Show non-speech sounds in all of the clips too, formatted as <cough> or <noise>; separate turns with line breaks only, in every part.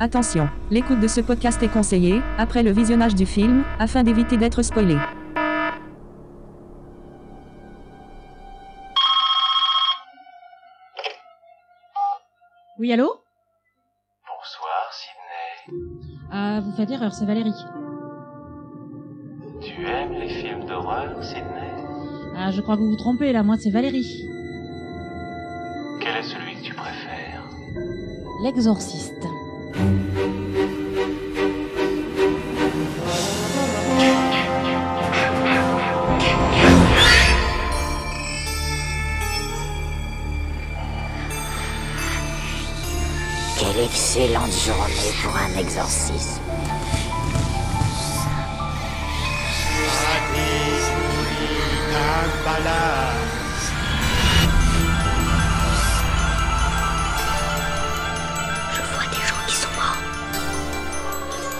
Attention, l'écoute de ce podcast est conseillée, après le visionnage du film, afin d'éviter d'être spoilé.
Oui, allô
Bonsoir, Sydney.
Ah, vous faites erreur, c'est Valérie.
Tu aimes les films d'horreur, Sydney
Ah, je crois que vous vous trompez, là, moi, c'est Valérie.
Quel est celui que tu préfères
L'exorciste.
Quelle excellente journée pour un exorcisme.
Je vois des gens qui sont morts.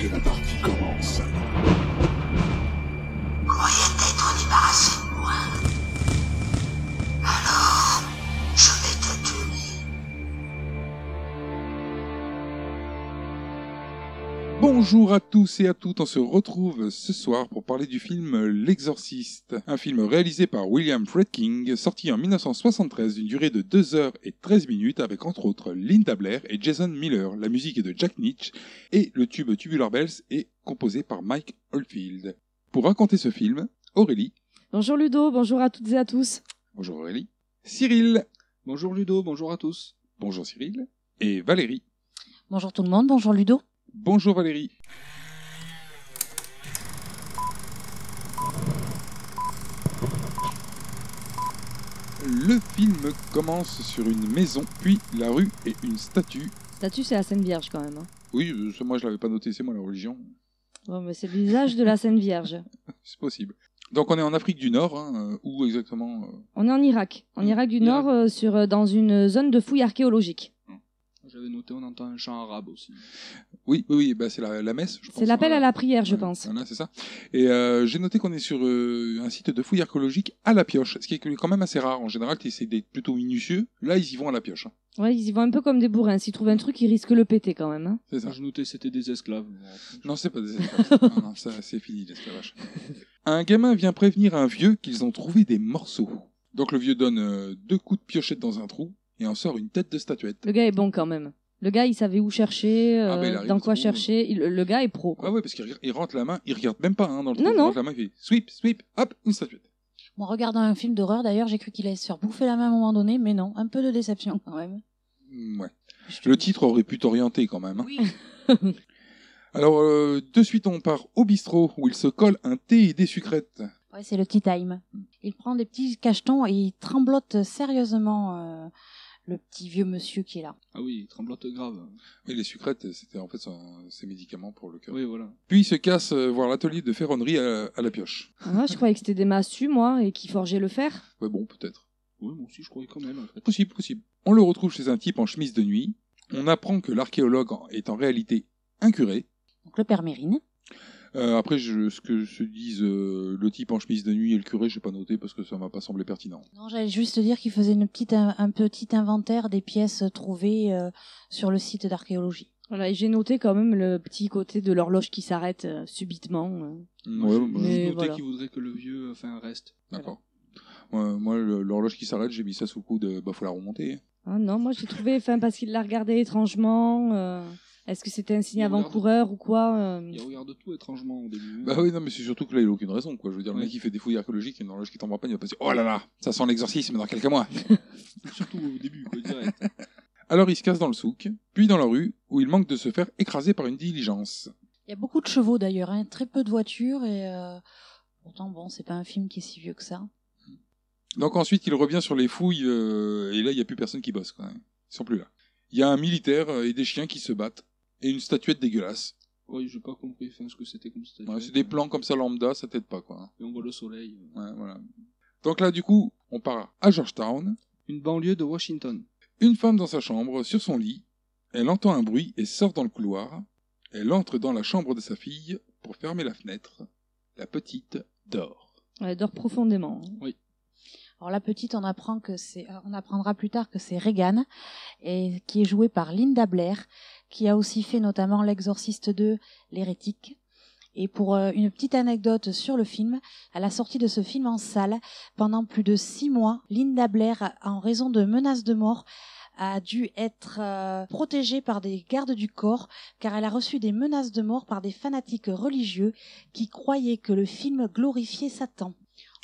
Et la partie commence.
croyais t'être débarrassé de moi. Alors, je vais te tuer.
Bonjour à tous et à toutes, on se retrouve ce soir pour parler du film L'Exorciste, un film réalisé par William Fredkin, sorti en 1973 d'une durée de 2 heures et 13 minutes avec entre autres Linda Blair et Jason Miller. La musique est de Jack Nitch et le tube Tubular Bells est composé par Mike Oldfield. Pour raconter ce film, Aurélie,
Bonjour Ludo, bonjour à toutes et à tous.
bonjour Aurélie, Cyril,
Bonjour Ludo, bonjour à tous.
bonjour Cyril, et Valérie.
Bonjour tout le monde, bonjour Ludo.
Bonjour Valérie. Le film commence sur une maison, puis la rue et une statue.
Statue, c'est la Sainte Vierge quand même. hein.
Oui, euh, ça, moi je l'avais pas noté, c'est moi la religion. <laughs>
Bon, mais c'est le visage de la Sainte Vierge.
C'est possible. Donc on est en Afrique du Nord, hein, euh, où exactement euh,
<laughs> On est en Irak, en
Mm,
Irak du
Irak.
Nord, euh, sur, euh, dans une zone de fouilles archéologiques.
J'avais noté, on entend un chant arabe aussi.
Oui, oui, oui, bah c'est la, la messe, je pense.
C'est l'appel
hein,
à la prière, je
Ouais,
pense.
Voilà, c'est ça. Et euh, j'ai noté qu'on est sur euh, un site de fouilles archéologiques à la pioche, ce qui est quand même assez rare. En général, tu essaies d'être plutôt minutieux. Là, ils y vont à la pioche. hein.
Ouais, ils y vont un peu comme des bourrins. S'ils trouvent un truc, ils risquent le péter quand même. hein.
C'est ça.
J'ai noté, c'était des esclaves.
<laughs> Non, c'est pas des esclaves. non, non, ça, c'est fini l'esclavage. Un gamin vient prévenir un vieux qu'ils ont trouvé des morceaux. Donc le vieux donne euh, deux coups de piochette dans un trou et en sort une tête de statuette.
Le gars est bon quand même. Le gars, il savait où chercher,
Ah, ben, il
euh,
arrive
dans
au
quoi
trou,
chercher. Il- le gars est pro. quoi.
Ah ouais, parce qu'il re- il rentre la main, il regarde même pas hein, dans le trou.
Non,
il
non.
rentre la main, il fait sweep, sweep, hop, une statuette.
Moi, regardant un film d'horreur, d'ailleurs, j'ai cru qu'il allait se faire bouffer la main à un moment donné, mais non, un peu de déception quand même.
Mm, Ouais. Le titre aurait pu t'orienter quand même. hein. <laughs> Alors, euh, de suite, on part au bistrot où il se colle un thé et des sucrètes.
Ouais, c'est le tea time. Il prend des petits cachetons et il tremblote sérieusement euh, le petit vieux monsieur qui est là.
Ah oui, tremblote grave.
Oui, les sucrètes, c'était en fait son- ses médicaments pour le cœur.
Oui, voilà.
Puis il se casse euh, voir l'atelier de ferronnerie à- à la pioche.
Ah, je croyais que c'était des massues, moi, et qui forgeaient le fer.
Ouais, bon, peut-être.
Oui, moi aussi, je croyais quand même, en fait.
Possible, possible. On le retrouve chez un type en chemise de nuit. On apprend que l'archéologue est en réalité un curé.
Donc le père Mérine.
Euh, après, je, ce que se disent euh, le type en chemise de nuit et le curé, j'ai pas noté parce que ça m'a pas semblé pertinent.
Non, j'allais juste te dire qu'il faisait une petite, un, un petit inventaire des pièces trouvées euh, sur le site d'archéologie.
Voilà, et j'ai noté quand même le petit côté de l'horloge qui s'arrête euh, subitement. euh.
Moi, j'ai-
Ouais, bah,
j'ai
Mais
noté
voilà.
qu'il voudrait que le vieux euh, fasse un reste.
D'accord. Ouais, moi, le- l'horloge qui s'arrête, j'ai mis ça sous le coude. Bah, faut la remonter.
Ah non, moi j'ai trouvé, enfin parce qu'il l'a regardé étrangement. euh, Est-ce que c'était un signe
Il regarde.
avant-coureur ou quoi euh,
Il regarde tout étrangement au début.
Bah oui, non, mais c'est surtout que là, il a aucune raison, quoi. Je veux dire, le
Ouais.
mec, il fait des fouilles archéologiques, il y a une horloge qui tombe en panne, il va passer. Oh là là, ça sent l'exorcisme dans quelques mois.
Surtout au début, quoi, direct.
Alors, il se casse dans le souk, puis dans la rue, où il manque de se faire écraser par une diligence.
Il y a beaucoup de chevaux d'ailleurs, hein, très peu de voitures et euh, pourtant bon, c'est pas un film qui est si vieux que ça.
Donc ensuite, il revient sur les fouilles euh, et là, il n'y a plus personne qui bosse. Quoi. Ils sont plus là. Il y a un militaire euh, et des chiens qui se battent et une statuette dégueulasse.
Oui, j'ai pas compris enfin, ce que c'était comme c'était.
Ouais, c'est des plans comme ça lambda, ça t'aide pas quoi.
Et on voit le soleil.
Ouais, voilà. Donc là, du coup, on part à Georgetown.
Une banlieue de Washington.
Une femme dans sa chambre, sur son lit, elle entend un bruit et sort dans le couloir. Elle entre dans la chambre de sa fille pour fermer la fenêtre. La petite dort.
Elle dort profondément.
Alors la petite, on apprend que c'est, euh, on apprendra plus tard que c'est Regan, et qui est jouée par Linda Blair, qui a aussi fait notamment l'Exorciste 2, l'hérétique. Et pour euh, une petite anecdote sur le film, à la sortie de ce film en salle, pendant plus de six mois, Linda Blair, en raison de menaces de mort, a dû être euh, protégée par des gardes du corps car elle a reçu des menaces de mort par des fanatiques religieux qui croyaient que le film glorifiait Satan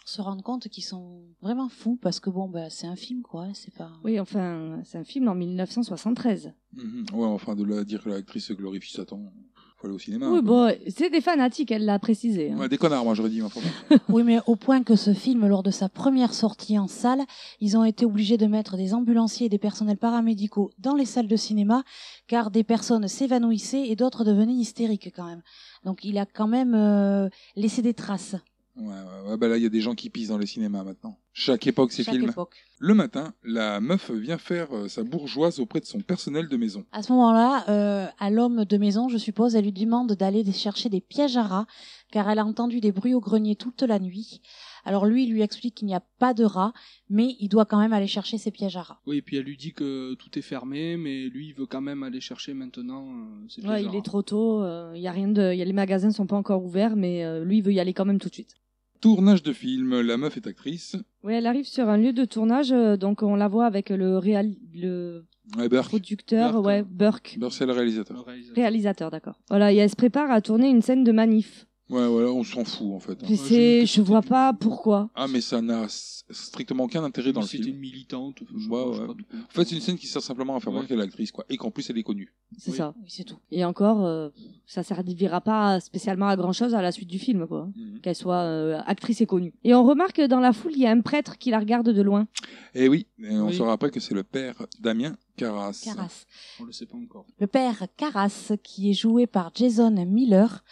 se rendre compte qu'ils sont vraiment fous parce que bon bah c'est un film quoi c'est pas
Oui, enfin, c'est un film en 1973.
Mhm. Ouais, enfin, de là à dire que l'actrice glorifie Satan, faut aller au cinéma.
Ah.
un
oui,
peu.
bon, c'est des fanatiques, elle l'a précisé. hein.
Ouais, des connards, moi, j'aurais dit. mais enfin bon.
oui mais au point que ce film lors de sa première sortie en salle ils ont été obligés de mettre des ambulanciers et des personnels paramédicaux dans les salles de cinéma car des personnes s'évanouissaient et d'autres devenaient hystériques quand même donc il a quand même euh, laissé des traces
Ouais, ouais, ouais, bah là, il y a des gens qui pissent dans les cinémas maintenant. Chaque époque, ses
chaque
films.
époque
Le matin, la meuf vient faire euh, sa bourgeoise auprès de son personnel de maison.
À ce moment-là, euh, à l'homme de maison, je suppose, elle lui demande d'aller des- chercher des pièges à rats, car elle a entendu des bruits au grenier toute la nuit. Alors lui, il lui explique qu'il n'y a pas de rats, mais il doit quand même aller chercher ses pièges à rats.
Oui, et puis elle lui dit que tout est fermé, mais lui, il veut quand même aller chercher maintenant. euh, ses
Ouais,
pièges à
il est
rats.
trop tôt, euh, il y a rien de, il y a- les magasins sont pas encore ouverts, mais euh, lui il veut y aller quand même tout de suite.
Tournage de film, la meuf est actrice.
Oui, elle arrive sur un lieu de tournage, euh, donc on la voit avec le, réal- le
Ouais, Burke.
producteur,
Burke,
ouais,
euh,
Burke,
Burke, ben, c'est le
Le
réalisateur.
réalisateur.
réalisateur, d'accord. Voilà, et elle se prépare à tourner une scène de manif.
Ouais, voilà, on s'en fout, en fait. hein.
Puis
j'ai
c'est,
une
je vois
petite-
pas pourquoi.
Ah, mais ça n'a s- strictement aucun intérêt dans le
C'était
film.
une militante. enfin, je
Ouais,
crois, je
ouais.
crois, tout-
En fait, c'est une scène qui sert simplement à faire voir
Ouais.
qu'elle est actrice, quoi. Et qu'en plus, elle est connue.
C'est
Oui.
ça.
Oui, c'est tout.
Et encore, euh, ça servira pas spécialement à grand chose à la suite du film, quoi. Qu'elle soit euh, actrice et connue. Et on remarque que dans la foule, il y a un prêtre qui la regarde de loin.
Et Eh oui, et on
Oui.
saura après que c'est le père Damien Carras.
Caras.
On le sait pas encore.
Le père Caras, qui est joué par Jason Miller,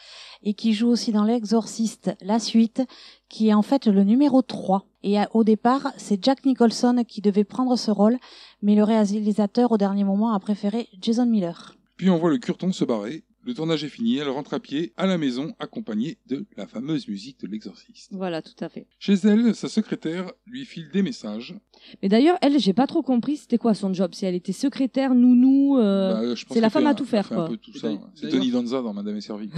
et qui joue aussi dans L'Exorciste, la suite, qui est en fait le numéro 3. Et à- au départ, c'est Jack Nicholson qui devait prendre ce rôle, mais le réalisateur, au dernier moment, a préféré Jason Miller.
Puis on voit le curton se barrer. Le tournage est fini, elle rentre à pied à la maison accompagnée de la fameuse musique de l'exorciste.
Voilà, tout à fait.
Chez elle, sa secrétaire lui file des messages.
Mais d'ailleurs, elle, j'ai pas trop compris, c'était quoi son job Si elle était secrétaire, nounou, euh,
Bah, je pense
c'est la
qu'elle
femme
fait
à
un-
tout
elle
faire,
fait
quoi.
un peu tout
Et
ça,
d'ailleurs-
ouais. C'est Tony Danza dans Madame est servie.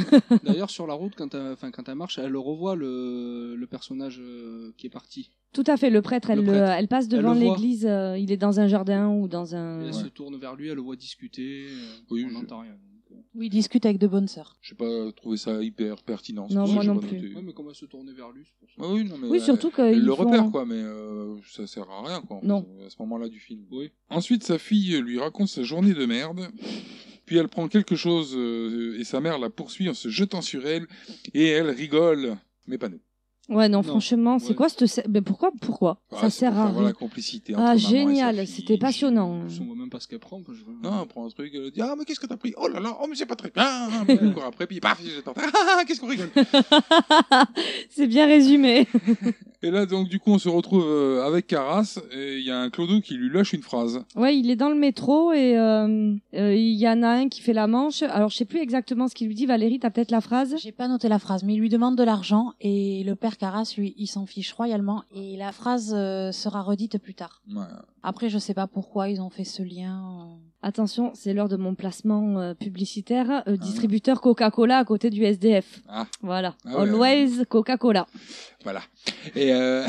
D'ailleurs, sur la route, quand elle, enfin, quand elle marche, elle revoit le, le personnage euh, qui est parti.
tout à fait. Le prêtre, elle,
Le
le-
prêtre.
elle passe
Elle
devant
le voit.
l'église, euh, il est dans un jardin ou dans
Et
un.
elle
Ouais.
se tourne vers lui, elle le voit discuter. euh,
Oui,
on
je-
n'entend rien. donc, euh.
Oui, il discute avec de bonnes sœurs.
J'ai pas trouvé ça hyper pertinent. c'est
Non,
pour ça
moi
que j'ai
non
pas
plus.
noté.
Ouais, mais comment elle se tourner vers lui c'est pour ça.
Ah oui, non, mais
Oui,
euh,
surtout que.
Elle
Bah, ils
le
font-
repère, quoi, mais euh, ça sert à rien, quoi. en
Non.
fait, À ce moment-là du film.
Oui.
Ensuite, sa fille lui raconte sa journée de merde. Puis elle prend quelque chose euh, et sa mère la poursuit en se jetant sur elle. Et elle rigole. Mais pas nous.
Ouais, non,
Non.
franchement, c'est
Ouais.
quoi cette. scè- Mais pourquoi Pourquoi
Ah,
Ça
c'est pour
sert à
faire voir
rien. <laughs>
la complicité.
Ah,
entre maman et sa
génial,
fille.
c'était passionnant. hein.
On voit même pas ce qu'elle prend. parce que je-
Non, elle prend un truc, elle dit Ah, mais qu'est-ce que t'as pris Oh là là, oh, mais c'est pas très bien.
<laughs>
Puis elle court après, puis paf, je t'entends. Ah, ah, ah, qu'est-ce qu'on rigole
c'est bien résumé.
Et là, donc, du coup, on se retrouve euh, avec Caras. Et il y a un clodo qui lui lâche une phrase.
Ouais, il est dans le métro et euh, euh, il y en a un qui fait la manche. Alors, je sais plus exactement ce qu'il lui dit. Valérie, t'as peut-être la phrase
J'ai pas noté la phrase, mais il lui demande de l'argent et le père Caras, lui, il s'en fiche royalement et la phrase euh, sera redite plus tard.
Ouais.
Après, je sais pas pourquoi ils ont fait ce lien. euh.
Attention, c'est l'heure de mon placement euh, publicitaire. euh,
Ah.
distributeur Coca-Cola à côté du SDF.
Ah.
Voilà.
Ah ouais.
Always Coca-Cola.
Voilà. Et euh...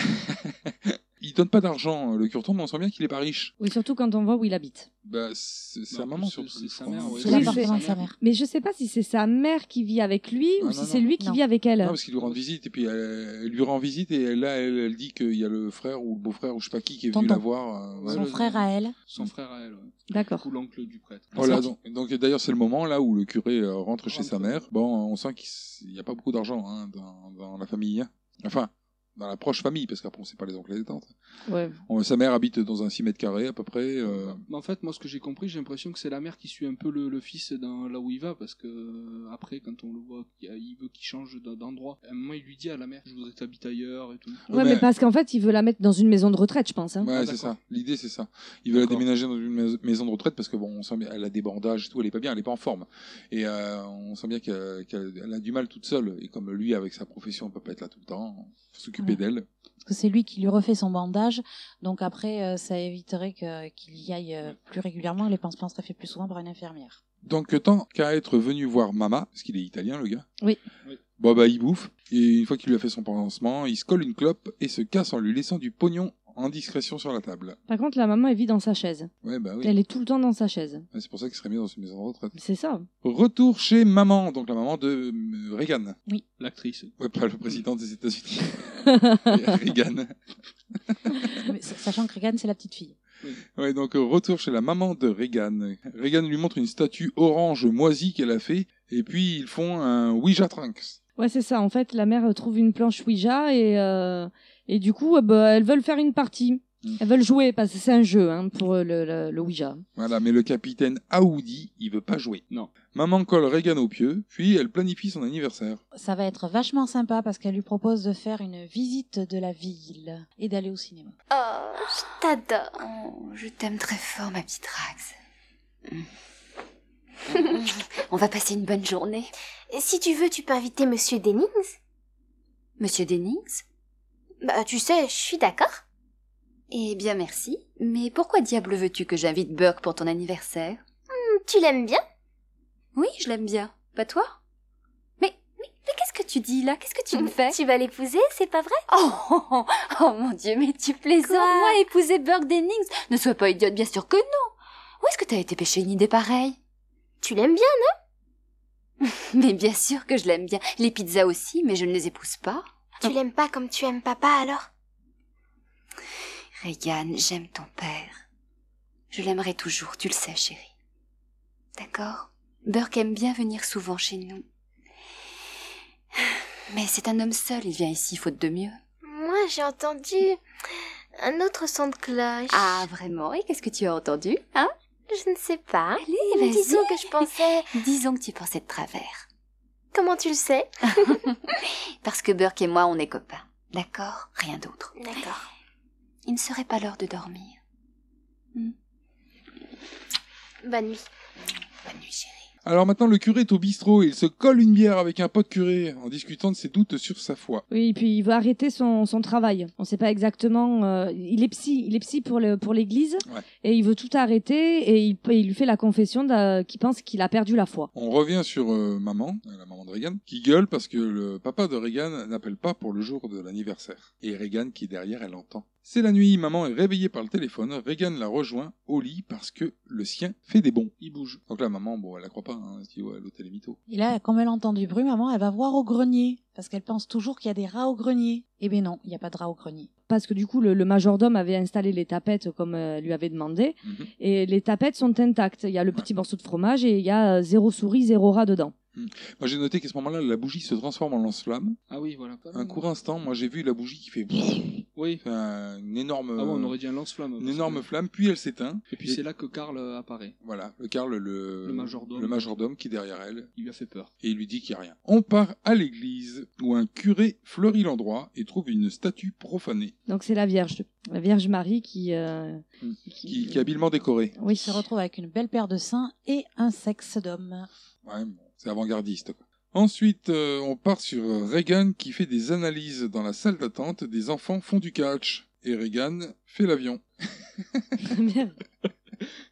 <laughs> il donne pas d'argent, euh, le curton, mais on sent bien qu'il est pas riche.
Oui, surtout quand on voit où il habite.
Bah, c'est
Non,
sa
en
maman,
plus,
surtout.
c'est
je
sa
crois.
mère, ouais.
euh, C'est
Oui,
l'appartement de
c'est-
sa mère.
Mais je sais pas si c'est sa mère qui vit avec lui ou
Ah,
si
non,
c'est
non.
lui qui
Non.
vit avec elle.
Non, parce qu'il lui rend visite, et puis elle, elle lui rend visite, et là, elle, elle dit qu'il y a le frère ou le beau-frère ou je sais pas qui qui est venu
Tonton.
la voir. euh,
Ouais,
Son
voilà.
le-
frère à elle.
Son frère à elle. ouais.
D'accord.
Ou l'oncle du prêtre.
Voilà,
Sorti-
Oh, donc, donc, d'ailleurs, c'est le moment là où le curé euh, rentre chez
Rentre.
sa mère. Bon, on sent qu'il s- il n'y a pas beaucoup d'argent hein, dans, dans la famille. hein. Enfin, dans la proche famille, parce qu'après on sait pas les oncles et les tantes.
Ouais.
On- sa mère habite dans un 6 mètres carrés à peu près. euh,
Mais en fait, moi, ce que j'ai compris, j'ai l'impression que c'est la mère qui suit un peu le, le fils dans, là où il va, parce que euh, après, quand on le voit, qu'il y a- il veut qu'il change d'en- d'endroit. À un moment, il lui dit à la mère, je voudrais t'habiter ailleurs et tout.
Ouais, mais...
mais-
parce qu'en fait, il veut la mettre dans une maison de retraite, je pense. hein.
Ouais,
Ah,
c'est
d'accord.
ça. L'idée, c'est ça. Il veut la
D'accord.
déménager dans une mais- maison de retraite parce que bon, on sent bien, elle a des bandages et tout, elle est pas bien, elle est pas en forme. Et euh, on sent bien qu'elle qu'elle- elle a du mal toute seule. Et comme lui, avec sa profession, on peut pas être là tout le temps, faut s'occuper
Ouais.
d'elle.
Parce que c'est lui qui lui refait son bandage. Donc après, euh, ça éviterait que- qu'il y aille euh, plus régulièrement. Les pansements seraient faits plus souvent par une infirmière.
Donc, tant qu'à être venu voir Mama, parce qu'il est italien, le gars.
Oui.
Oui.
Bon, bah, il bouffe. Et une fois qu'il lui a fait son pansement, il se colle une clope et se casse en lui laissant du pognon en discrétion sur la table.
Par contre, la maman, elle vit dans sa chaise.
Ouais, bah oui.
Elle est tout le temps dans sa chaise.
Ouais, C'est pour ça qu'il serait mieux dans une maison de retraite.
C'est ça.
Retour chez Maman, donc la maman de euh, Reagan.
L'actrice.
Ouais, pas le président des États-Unis. Et Reagan.
Mais sa- sachant que Regan, c'est la petite fille.
Ouais, donc euh, retour chez la maman de Reagan. Reagan lui montre une statue orange moisie qu'elle a fait, et puis ils font un Ouija Trunks.
Ouais, c'est ça. En fait, la mère euh, trouve une planche Ouija et, euh, et du coup, euh, bah, elles veulent faire une partie.
Mm.
Elles veulent jouer parce que c'est un jeu hein, pour euh, le, le- le Ouija.
Voilà, mais le capitaine Aoudi, il veut pas jouer.
Non.
Maman colle Reagan au pieu, puis elle planifie son anniversaire.
Ça va être vachement sympa parce qu'elle lui propose de faire une visite de la ville et d'aller au cinéma.
Oh, je t'adore.
Oh, je t'aime très fort, ma petite Rax. Mm. <laughs> On va passer une bonne journée.
Si tu veux, tu peux inviter Monsieur Dennings.
Monsieur Dennings
Bah, tu sais, je suis d'accord.
Eh bien, merci. Mais pourquoi diable veux-tu que j'invite Burke pour ton anniversaire
Hmm, Tu l'aimes bien
Oui, je l'aime bien. Pas toi Mais, mais, mais qu'est-ce que tu dis là Qu'est-ce
<laughs>
que tu me fais
Tu vas l'épouser, c'est pas vrai
oh, oh, oh, oh, mon Dieu, mais tu plaisantes.
Quoi
Moi, épouser Burke Dennings Ne sois pas idiote, bien sûr que non. Où est-ce que t'as été pêcher une idée pareille
Tu l'aimes bien
<laughs> Mais bien sûr que je l'aime bien. Les pizzas aussi, mais je ne les épouse pas.
Tu l'aimes pas comme tu aimes papa alors
Regan, j'aime ton père. Je l'aimerai toujours, tu le sais, chérie. D'accord Burke aime bien venir souvent chez nous. <sighs> Mais c'est un homme seul, il vient ici faute de mieux.
Moi, j'ai entendu un autre son de cloche.
Ah, vraiment Et qu'est-ce que tu as entendu Hein
je ne sais pas.
Allez,
Disons
vas-y.
que je pensais.
<laughs> Disons que tu pensais de travers.
Comment tu le sais
Parce que Burke et moi, on est copains. D'accord Rien d'autre.
D'accord.
Il ne serait pas l'heure de dormir.
Bonne nuit.
Bonne nuit, chérie.
Alors maintenant, le curé est au bistrot et il se colle une bière avec un pote curé en discutant de ses doutes sur sa foi.
Oui, et puis il va arrêter son, son travail. On sait pas exactement. euh, il est psy, il est psy pour le pour l'Église
Ouais.
et il veut tout arrêter et il, et il lui fait la confession d'un- qu'il pense qu'il a perdu la foi.
On revient sur euh, maman, euh, la maman de Reagan, qui gueule parce que le papa de Reagan n'appelle pas pour le jour de l'anniversaire. Et Reagan qui est derrière, elle entend. C'est la nuit, maman est réveillée par le téléphone, Reagan la rejoint au lit parce que le sien fait des bons.
Il bouge.
Donc là, maman, bon, elle la croit pas, hein, elle se dit, ouais, l'hôtel est mytho.
Et là, comme elle entend du bruit, maman, elle va voir au grenier. Parce qu'elle pense toujours qu'il y a des rats au grenier. Eh bien non, il n'y a pas de rats au grenier.
Parce que du coup, le, le majordome avait installé les tapettes comme euh, lui avait demandé
Mhm.
et les tapettes sont intactes. Il y a le petit morceau de fromage et il y a euh, zéro souris, zéro rat dedans.
Moi, j'ai noté qu'à ce moment-là, la bougie se transforme en lance-flamme.
Ah oui, voilà.
Un court instant, moi, j'ai vu la bougie qui fait
Oui.
enfin, une énorme,
Ah ouais, on aurait dit un lance-flamme.
une
parce
énorme
que-
Euh, flamme, puis elle s'éteint.
Et puis c'est là que Karl euh, apparaît.
Voilà, le Carl, le,
Le majordome.
le majordome qui est derrière elle,
Il lui a fait peur.
et il lui dit qu'il n'y a rien. On part à l'église, où un curé fleurit l'endroit et trouve une statue profanée,
Donc c'est la Vierge, la Vierge Marie qui euh,
Mm. qui, qui est habilement décorée.
oui
Il se retrouve avec une belle paire de seins et un sexe d'homme.
Ouais, bon, c'est avant-gardiste. quoi. Ensuite, euh, on part sur euh, Reagan qui fait des analyses dans la salle d'attente. Des enfants font du catch, et Reagan fait l'avion.
Merde.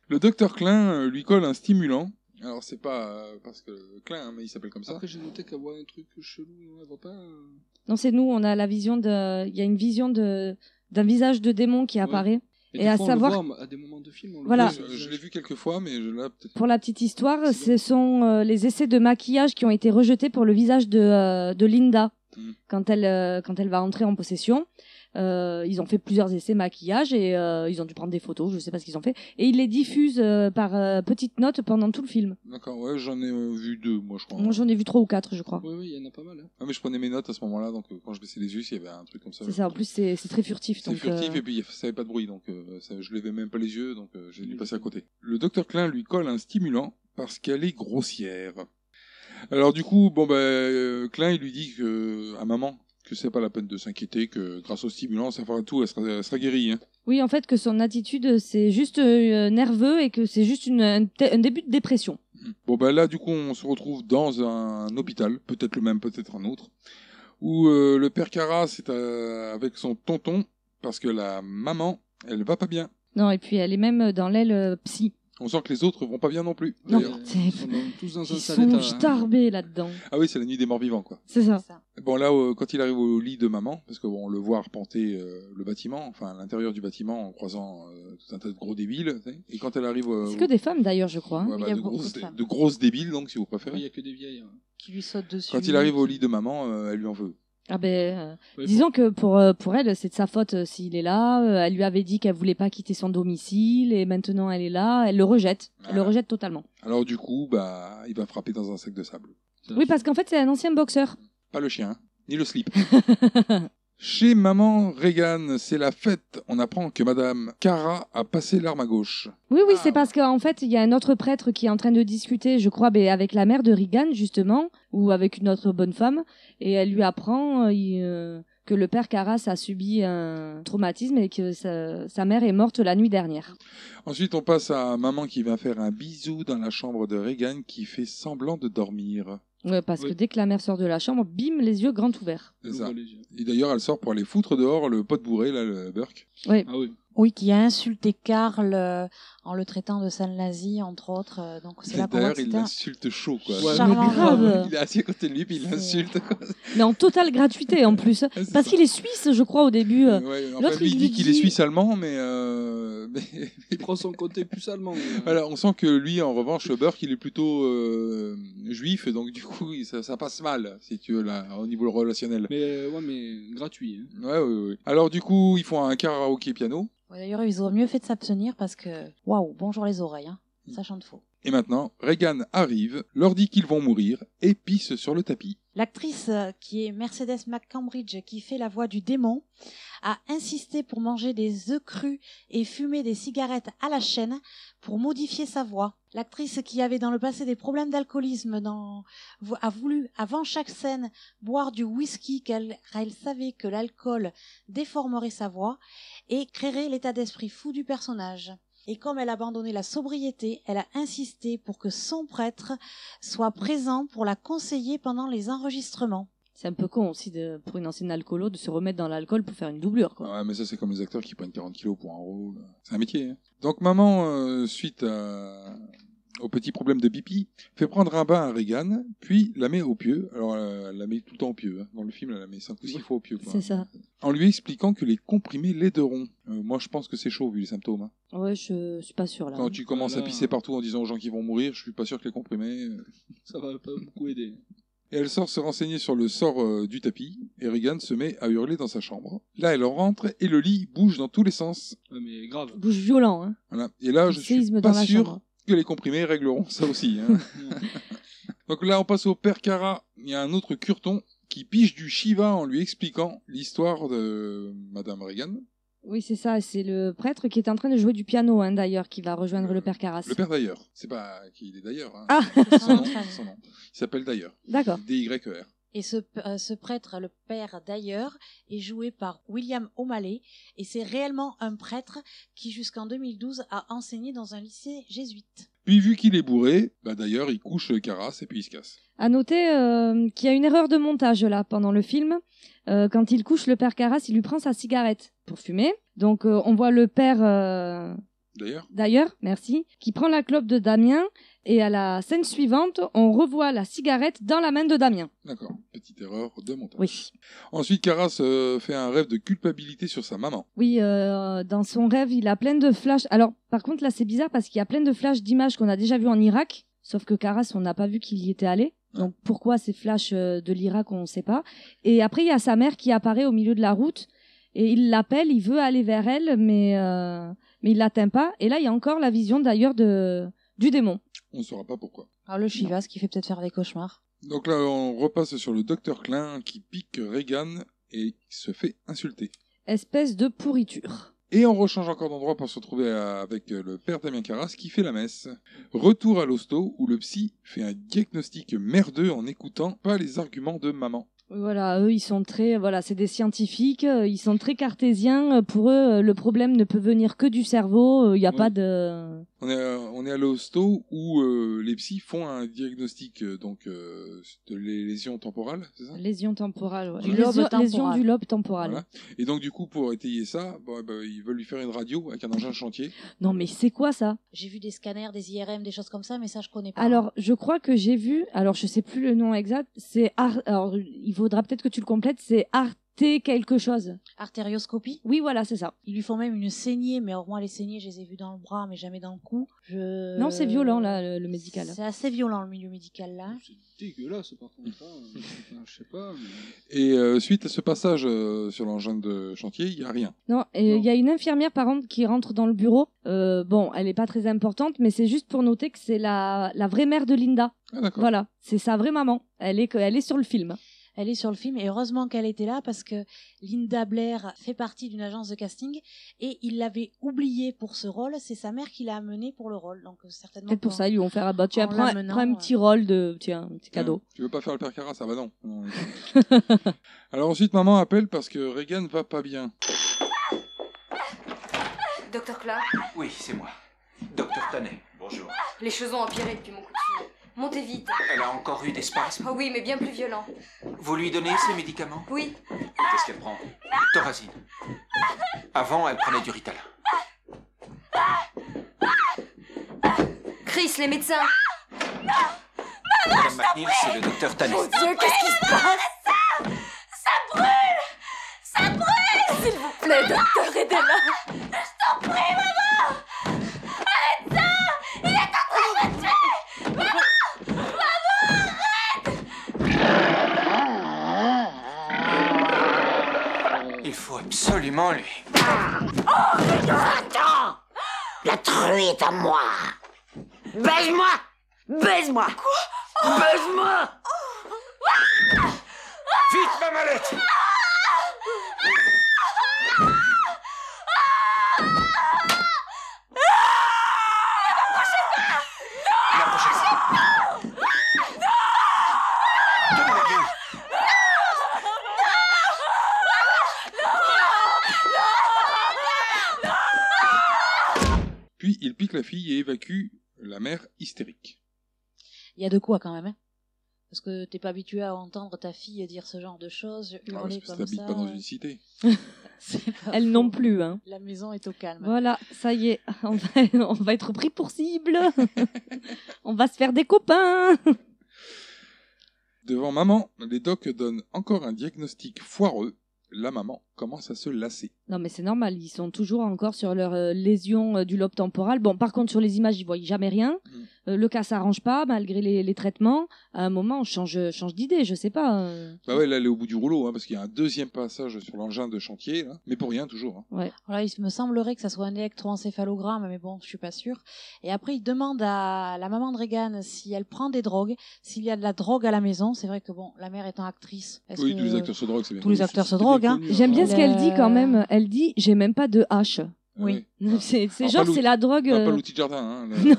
Le docteur Klein euh, lui colle un stimulant. Alors c'est pas euh, parce que Klein, hein, mais il s'appelle comme ça.
Après, j'ai noté qu'elle voit un truc chelou. Elle voit pas.
hein.
un-
<laughs> Non, c'est nous, on a la vision de. Il y a une vision de d'un visage de démon qui
Ouais.
apparaît.
Mais
Et
des
à
fois, on le
savoir-
voit à des moments de film. on le
Voilà.
voit,
Je,
c'est-
je l'ai vu quelques fois, mais je l'ai peut-être.
Pour la petite histoire, ce sont euh, les essais de maquillage qui ont été rejetés pour le visage de, euh, de Linda
Mm.
quand, elle, euh, quand elle va entrer en possession. Euh, ils ont fait plusieurs essais maquillage et euh, ils ont dû prendre des photos, je sais pas ce qu'ils ont fait. Et ils les diffusent euh, par euh, petites notes pendant tout le film.
D'accord, ouais, j'en ai euh, vu deux, moi, je crois.
Moi, j'en ai vu trois ou quatre, je crois.
Oui, oui, il y en a pas mal. hein.
Ah, mais je prenais mes notes à ce moment-là, donc euh, quand je baissais les yeux, il y avait un truc comme ça.
C'est ça. En plus, c'est c'est très furtif.
C'est
donc,
furtif
euh,
et puis il- ça avait pas de bruit, donc euh, ça- je levais même pas les yeux, donc euh, j'ai dû passer à côté. Le docteur Klein lui colle un stimulant parce qu'elle est grossière. Alors du coup, bon ben, euh, Klein il lui dit que euh, à maman que c'est pas la peine de s'inquiéter, que grâce au stimulant, ça fera tout, elle sera, elle sera guérie. hein.
Oui, en fait, que son attitude, c'est juste euh, nerveux et que c'est juste une, un, t- un début de dépression.
Bon ben là, du coup, on se retrouve dans un hôpital, peut-être le même, peut-être un autre, où euh, le père Carras est euh, avec son tonton parce que la maman, elle va pas bien.
Non, et puis elle est même dans l'aile euh, psy.
On sent que les autres vont pas bien non plus.
Non,
d'ailleurs.
c'est-
Ils sont dans- tous dans un
Ils
sale
sont
état. hein.
starbés là-dedans.
Ah oui, c'est la nuit des morts vivants, quoi.
C'est ça.
ça.
Bon là, euh, quand il arrive au lit de maman, parce que bon, on le voit arpenter euh, le bâtiment, enfin l'intérieur du bâtiment, en croisant euh, tout un tas de gros débiles. tu sais. Et quand elle arrive, euh,
C'est que des femmes d'ailleurs, je crois. hein.
ouais,
Il y
bah,
a
de,
beaucoup de
grosses,
femmes.
de grosses débiles, donc si vous
Oui, Il
préférez.
y a que des vieilles. hein.
Qui lui saute dessus.
Quand il arrive au lit de maman, euh, elle lui en veut.
Ah ben, euh,
Oui,
disons que pour euh, pour elle, c'est de sa faute euh, s'il est là. Euh, elle lui avait dit qu'elle voulait pas quitter son domicile et maintenant elle est là. Elle le rejette. Elle le
Ah.
rejette totalement.
Alors du coup, bah, il va frapper dans un sac de sable.
Ça,
Oui, parce qu'en fait, c'est un ancien boxeur.
Pas le chien, hein, ni le slip. Chez maman Reagan, c'est la fête. On apprend que Madame Cara a passé l'arme à gauche.
Oui, oui,
Ah,
c'est
ouais.
parce qu'en fait, il y a un autre prêtre qui est en train de discuter, je crois, ben, avec la mère de Regan, justement, ou avec une autre bonne femme, et elle lui apprend euh, il, euh, que le père Carras a subi un traumatisme et que sa, sa mère est morte la nuit dernière.
Ensuite, on passe à maman qui va faire un bisou dans la chambre de Reagan qui fait semblant de dormir.
Ouais, parce
Oui.
que dès que la mère sort de la chambre, bim, les yeux grands ouverts.
elle
C'est ça.
ouvre les yeux.
Et d'ailleurs, elle sort pour aller foutre dehors le pote bourré, là, le Burke.
Ah oui.
Oui, qui a insulté Karl euh, en le traitant de sale nazi, entre autres. euh, Donc c'est là pour moi
D'ailleurs,
que
il
c'était un-
l'insulte chaud, quoi.
Ouais,
Charmant
mais grave.
homme.
Il est assis à côté de lui, puis il
C'est-
l'insulte. quoi.
Mais en totale gratuité en plus,
Ah, c'est
parce
ça.
qu'il est suisse, je crois, au début. euh.
Ouais, enfin,
l'autre,
lui, il
il
dit
lui
qu'il est
dit-
suisse-allemand, mais, euh, <laughs> mais-
Il prend son côté plus allemand. mais, euh,
Voilà, on sent que lui, en revanche, le Burke, il est plutôt euh, juif, donc du coup, il- ça, ça passe mal, si tu veux, là, au niveau relationnel.
Mais euh, ouais, mais gratuit. hein.
Ouais, ouais, ouais. Alors, du coup, ils font un karaoké piano.
Ouais, D'ailleurs, ils auraient mieux fait de s'abstenir parce que. Waouh, bonjour les oreilles, hein. ça chante faux.
Et maintenant, Reagan arrive, leur dit qu'ils vont mourir, et pisse sur le tapis.
L'actrice euh, qui est Mercedes McCambridge, qui fait la voix du démon, a insisté pour manger des œufs crus et fumer des cigarettes à la chaîne pour modifier sa voix. L'actrice qui avait dans le passé des problèmes d'alcoolisme dans- vo- a voulu, avant chaque scène, boire du whisky car elle, car elle savait que l'alcool déformerait sa voix et créerait l'état d'esprit fou du personnage. Et comme elle a abandonné la sobriété, elle a insisté pour que son prêtre soit présent pour la conseiller pendant les enregistrements.
C'est un peu con aussi de, pour une ancienne alcoolo de se remettre dans l'alcool pour faire une doublure. Quoi.
Ouais, mais ça, c'est comme les acteurs qui prennent 40 kilos pour un rôle. C'est un métier. hein. Donc, maman, euh, suite à- au petit problème de pipi, fait prendre un bain à Regan, puis la met au pieu. Alors, euh, elle la met tout le temps au pieu. hein. Dans le film, elle la met 5 ou 6 fois au pieu. quoi.
C'est ça.
En lui expliquant que les comprimés l'aideront. Euh, moi, je pense que c'est chaud, vu les symptômes. hein.
Ouais, je suis pas sûre là.
Quand tu commences à
Voilà.
pisser partout en disant aux gens qui vont mourir, je suis pas sûr que les comprimés... euh,
Ça va pas beaucoup aider.
Et elle sort se renseigner sur le sort euh, du tapis, et Regan se met à hurler dans sa chambre. Là, elle rentre, et le lit bouge dans tous les sens.
Ouais, mais grave.
Bouge violent, hein.
Voilà. Et là, Ah, je suis
Séisme
pas
dans la
sûr
chambre.
que les comprimés régleront ça aussi. hein. Donc là, on passe au père Cara. Il y a un autre curton qui pige du Shiva en lui expliquant l'histoire de Madame Reagan.
Oui, c'est ça. C'est le prêtre qui est en train de jouer du piano, hein, d'ailleurs, qui va rejoindre le père Carras.
Le père d'ailleurs. C'est pas qu'il est d'ailleurs. hein.
Ah,
C'est son nom, c'est son nom. Il s'appelle d'ailleurs.
d'accord.
D-Y-E-R.
Et ce, p- euh, ce prêtre, le père d'ailleurs, est joué par William O'Malley, et c'est réellement un prêtre qui jusqu'en 2012 a enseigné dans un lycée jésuite.
Puis vu qu'il est bourré, bah d'ailleurs, il couche Caras et puis il se casse.
À noter euh, qu'il y a une erreur de montage là pendant le film. Euh, quand il couche le père Carras, il lui prend sa cigarette pour fumer. Donc euh, on voit le père euh,
D'ailleurs,
d'ailleurs, merci, qui prend la clope de Damien. Et à la scène suivante, on revoit la cigarette dans la main de Damien.
d'accord. Petite erreur de montage.
Oui.
Ensuite, Caras euh, fait un rêve de culpabilité sur sa maman.
Oui, euh, dans son rêve, il a plein de flashs. Alors, par contre, là, c'est bizarre parce qu'il y a plein de flashs d'images qu'on a déjà vues en Irak, sauf que Karas, on n'a pas vu qu'il y était allé. Donc, pourquoi ces flashs euh, de l'Irak, on ne sait pas. Et après, il y a sa mère qui apparaît au milieu de la route Et il l'appelle, il veut aller vers elle, mais, euh, mais il l'atteint pas. Et là, il y a encore la vision d'ailleurs de, du démon.
On ne saura pas pourquoi.
Alors le Chivas qui fait peut-être faire des cauchemars.
Donc là, on repasse sur le docteur Klein qui pique Reagan et qui se fait insulter.
Espèce de pourriture.
Et on rechange encore d'endroit pour se retrouver à- avec le père Damien Carras qui fait la messe. Retour à l'hosto où le psy fait un diagnostic merdeux en n'écoutant pas les arguments de maman.
Voilà, eux, ils sont très, voilà, c'est des scientifiques, euh, ils sont très cartésiens. Euh, Pour eux, euh, le problème ne peut venir que du cerveau. euh, Il n'y a
Ouais.
pas de.
On est à, on est à l'hosto où euh, les psys font un diagnostic euh, donc euh, de les lésions temporales, c'est ça
Lésion temporale. Ouais.
Du lobe
Lésion,
temporal.
lésion du lobe temporal.
Voilà. Et donc du coup pour étayer ça, bon, eh ben, ils veulent lui faire une radio avec un engin de chantier.
Non, mais c'est quoi ça
J'ai vu des scanners, des IRM, des choses comme ça, mais ça je connais pas.
Alors, je crois que j'ai vu, alors je sais plus le nom exact, c'est. Ar- Alors, il faudra peut-être que tu le complètes, c'est Arte quelque chose.
artérioscopie.
Oui, voilà, c'est ça.
Ils lui font même une saignée, mais alors moi les saignées, je les ai vues dans le bras, mais jamais dans le cou. Je...
Non, c'est violent, là, le, le médical.
Euh, C'est assez violent le milieu médical là.
Hein
C'est dégueulasse par contre.
<laughs>
ça, euh, enfin, je sais pas. mais-
Et euh, suite à ce passage euh, sur l'engin de chantier, il n'y a rien.
Non, et
Non.
il y a une infirmière, par contre, qui rentre dans le bureau. Euh, bon, elle n'est pas très importante, mais c'est juste pour noter que c'est la, la vraie mère de Linda.
Ah d'accord.
Voilà, c'est sa vraie maman. Elle est, elle est sur le film.
Elle est sur le film et heureusement qu'elle était là parce que Linda Blair fait partie d'une agence de casting et il l'avait oubliée pour ce rôle. C'est sa mère qui l'a amenée pour le rôle, donc euh, certainement.
Peut-être pour
qu'en-
ça, ils lui ont fait ah, bah, tu
En
apprends- prends,
l'amenant,
un
ouais. Mmh.
petit rôle de. Tiens, un petit cadeau.
Euh, Tu veux pas faire le père Carras Ah bah non. Non.
<laughs>
Alors ensuite, maman appelle parce que Reagan va pas bien.
Docteur Klein,
Oui, c'est moi. Docteur Tanet, bonjour.
les choses ont empiré depuis mon coup de fil. Montez vite.
Elle a encore eu des spasmes.
Oh oui, mais bien plus violent.
Vous lui donnez ses médicaments
Oui,
Qu'est-ce qu'elle prend Thorazine. Avant, elle prenait du Ritalin.
Chris, les médecins.
Madame McNeil, c'est le docteur Tanet.
Mon Dieu, qu'est-ce qui se passe Ça brûle Ça brûle S'il vous plaît, docteur, aidez-la Je t'en prie, maman Arrête ça Il est en train de me tuer Maman
Il faut absolument lui.
Attends La truie est à moi Baise-moi Baise-moi Quoi Baise-moi
Vite, ma mallette N'approchez pas. Tenez la gueule.
Puis il pique la fille et évacue la mère hystérique.
Il y a de quoi quand même. hein. Parce que t'es pas habitué à entendre ta fille dire ce genre de choses,
Ah, parce
hurler
que
comme
t'habites
ça.
pas dans une cité.
<laughs> C'est pas
Elle
faux.
non plus, hein.
La maison est au calme.
Voilà, ça y est, <laughs> on va, on va être pris pour cible.
<laughs>
on va se faire des copains.
Devant maman, les docs donnent encore un diagnostic foireux. La maman commence à se lasser.
Non, mais c'est normal, ils sont toujours encore sur leur euh, lésion euh, du lobe temporal. Bon, par contre, sur les images, ils voient jamais rien.
Mmh.
Euh, le cas s'arrange pas, malgré les, les traitements. À un moment, on change, change d'idée, je sais pas. euh.
Bah ouais, là, elle est au bout du rouleau, hein, parce qu'il y a un deuxième passage sur l'engin de chantier, là. mais pour rien toujours. hein.
Voilà, il me semblerait que ça soit un électroencéphalogramme, mais bon, je suis pas sûre. Et après, il demande à la maman de Regan si elle prend des drogues, s'il y a de la drogue à la maison. C'est vrai que bon, la mère étant actrice, est-ce
Oui,
que-
tous les acteurs se droguent, c'est bien.
tous les
connu,
acteurs
c'est-
se
c'est
droguent, hein.
connu,
J'aime bien
Ah
ce qu'elle dit quand même. Elle dit J'ai même pas de hache.
oui.
ouais.
<laughs> C'est c'est
Alors,
genre,
pas
c'est la drogue.
Ah,
euh,
Pas l'outil de jardin. Hein, <laughs>
<laughs>
le- le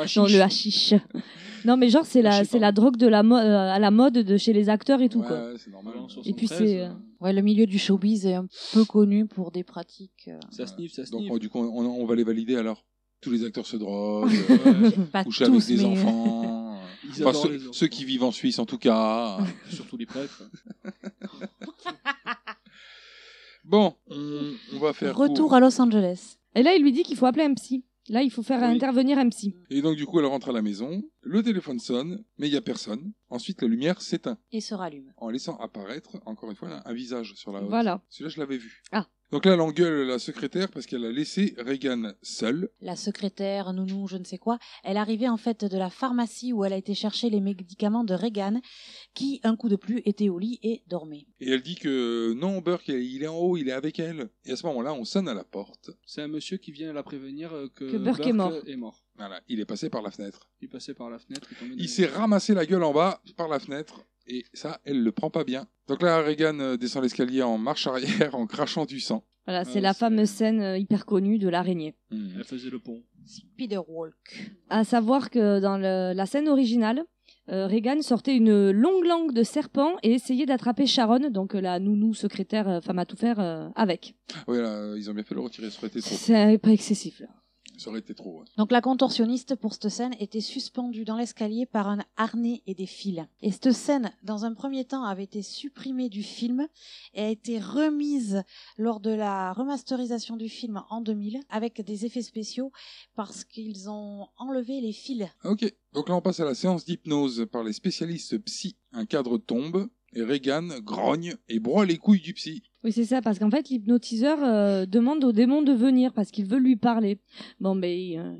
hashish.
Non, le hashish. <laughs> non, mais genre, c'est la,
Hashish,
c'est la drogue de la mo- euh, à la mode de chez les acteurs et tout,
Ouais,
quoi.
ouais, c'est normal.
Voilà, en
Et puis
73,
c'est,
euh,
euh,
Ouais, le milieu du showbiz est un peu connu pour des pratiques euh,
Ça sniffe, ça
Donc,
sniffe.
oh, du coup, on, on va les valider alors. Tous les acteurs se
<laughs>
droguent, euh,
Ouais,
pas
couchent
tous,
avec des
mais-
enfants.
<laughs> Ils
Enfin,
adorent
ceux,
les enfants.
ceux qui vivent en Suisse, en tout
<laughs>
cas.
Surtout les prêtres.
Bon, on, on va faire.
euh, Retour
court.
à Los Angeles.
Et là, il lui dit qu'il faut appeler un psy. Là, il faut faire
Oui.
intervenir un psy.
Et donc, du coup, elle rentre à la maison. Le téléphone sonne, mais il n'y a personne. Ensuite, la lumière s'éteint,
Et se rallume.
en laissant apparaître, encore une fois, un visage sur la hotte.
Voilà.
Celui-là, je l'avais vu.
Ah.
Donc là, elle engueule la secrétaire parce qu'elle a laissé Regan seule.
la secrétaire, nounou, je ne sais quoi, elle arrivait en fait de la pharmacie où elle a été chercher les médicaments de Regan, qui, un coup de plus, était au lit et dormait.
Et elle dit que non, Burke, il est en haut, il est avec elle. Et à ce moment-là, on sonne à la porte.
C'est un monsieur qui vient la prévenir euh, que,
Que Burke est mort.
Voilà, il est passé par la fenêtre.
Il passait par la fenêtre. tombé dans
Il
les-
s'est ramassé la gueule en bas par la fenêtre. Et ça, elle le prend pas bien. Donc là, Regan euh, descend l'escalier en marche arrière <laughs> en crachant du sang.
Voilà,
Ouais,
c'est la
c'est-
fameuse scène euh, hyper connue de l'araignée.
Elle faisait
<laughs>
le pont.
Spiderwalk.
À savoir que dans le- la scène originale, euh, Regan sortait une longue langue de serpent et essayait d'attraper Sharon, donc euh, la nounou secrétaire euh, femme à tout faire, euh, avec.
Oui, là, ils ont bien fait de le retirer, ça aurait été trop.
C'est pas excessif là.
Ça aurait été trop. ouais.
Donc la contorsionniste pour cette scène était suspendue dans l'escalier par un harnais et des fils. Et cette scène, dans un premier temps, avait été supprimée du film et a été remise lors de la remasterisation du film en 2000 avec des effets spéciaux parce qu'ils ont enlevé les fils.
Ok, donc là on passe à la séance d'hypnose par les spécialistes psy. Un cadre tombe et Regan grogne et broie les couilles du psy.
Oui, c'est ça, parce qu'en fait, l'hypnotiseur euh, demande au démon de venir parce qu'il veut lui parler. Bon, ben, euh,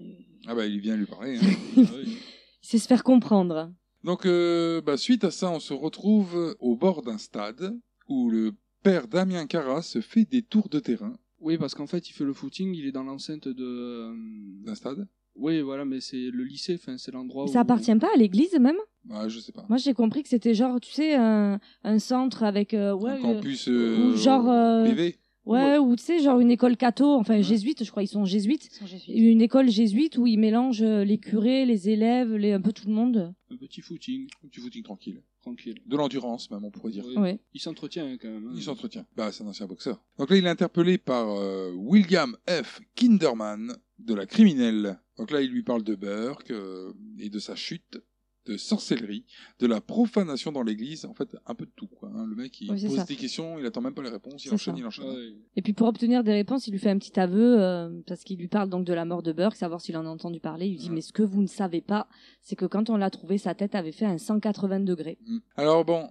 Ah bah il vient lui parler. hein.
Ah oui.
il sait se faire comprendre.
donc euh, bah, suite à ça, on se retrouve au bord d'un stade où le père Damien Cara se fait des tours de terrain
Oui, parce qu'en fait, il fait le footing, il est dans l'enceinte de. euh,
d'un stade.
Oui, voilà, mais c'est le lycée, enfin, c'est
Oh
l'endroit où.
Ça appartient pas à l'église même
Ah, je sais pas.
Moi, j'ai compris que c'était genre, tu sais, un, un centre avec. euh, ouais,
un
euh,
campus euh,
ou genre, euh,
privé.
Ouais, ou tu sais, genre une école catho, enfin jésuite, je crois, ils sont jésuites.
Euh,
Une école jésuite où ils mélangent euh, les curés, les élèves, les, un peu tout le monde.
Un petit footing,
Du footing tranquille.
tranquille.
De l'endurance même, on pourrait dire.
Oui.
Ouais.
Il s'entretient hein, quand
Hmm.
même. hein.
Il s'entretient. Bah, c'est un ancien boxeur. Donc là, il est interpellé par euh, William F. Kinderman de la criminelle. Donc là, il lui parle de Burke euh, et de sa chute, de sorcellerie, de la profanation dans l'église. En fait, un peu de tout. Quoi, hein. Le mec, il
Oui, c'est
pose
ça.
des questions, il attend même pas les réponses, il
C'est
enchaîne,
ça.
il enchaîne.
Ouais.
Et puis pour obtenir des réponses, il lui fait un petit aveu, euh, parce qu'il lui parle donc de la mort de Burke, savoir s'il en a entendu parler. Il lui dit,
Ouais.
mais ce que vous ne savez pas, c'est que quand on l'a trouvé, sa tête avait fait un 180 degrés.
Mm. Alors bon,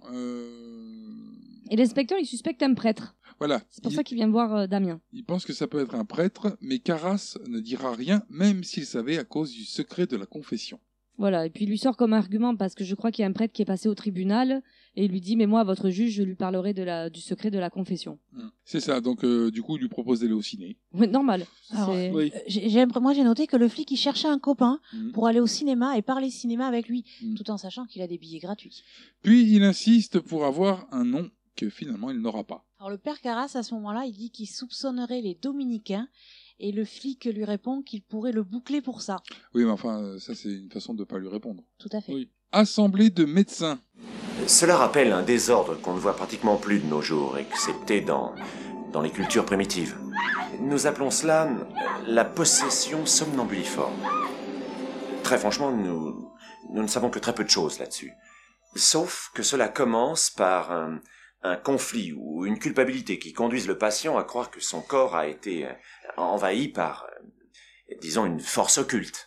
euh,
Et l'inspecteur, il suspecte un prêtre.
voilà.
C'est pour
il,
ça qu'il vient voir euh, Damien.
il pense que ça peut être un prêtre, mais Carras ne dira rien, même s'il savait à cause du secret de la confession.
Voilà, et puis il lui sort comme argument parce que je crois qu'il y a un prêtre qui est passé au tribunal et il lui dit mais moi à votre juge je lui parlerai de la, du secret de la confession. <laughs>
Mm. C'est ça. Donc euh, du coup, il lui propose d'aller au ciné.
Ouais, normal.
Alors,
C'est-
Oui.
Euh, j'ai- j'ai- moi, j'ai noté que le flic, il cherchait un copain
Mm.
pour aller au cinéma et parler cinéma avec lui,
Mm.
tout en sachant qu'il a des billets gratuits.
Puis il insiste pour avoir un nom que finalement il n'aura pas.
Alors, le père Carras, à ce moment-là, il dit qu'il soupçonnerait les Dominicains, et le flic lui répond qu'il pourrait le boucler pour ça.
Oui, mais enfin, euh, ça c'est une façon de ne pas lui répondre.
Tout à fait.
Oui.
Assemblée de médecins.
Cela rappelle un désordre qu'on ne voit pratiquement plus de nos jours, excepté dans, dans les cultures primitives. Nous appelons cela euh, la possession somnambuliforme. Très franchement, nous, nous ne savons que très peu de choses là-dessus. Sauf que cela commence par un, un conflit ou une culpabilité qui conduisent le patient à croire que son corps a été euh, envahi par, euh, disons, une force occulte.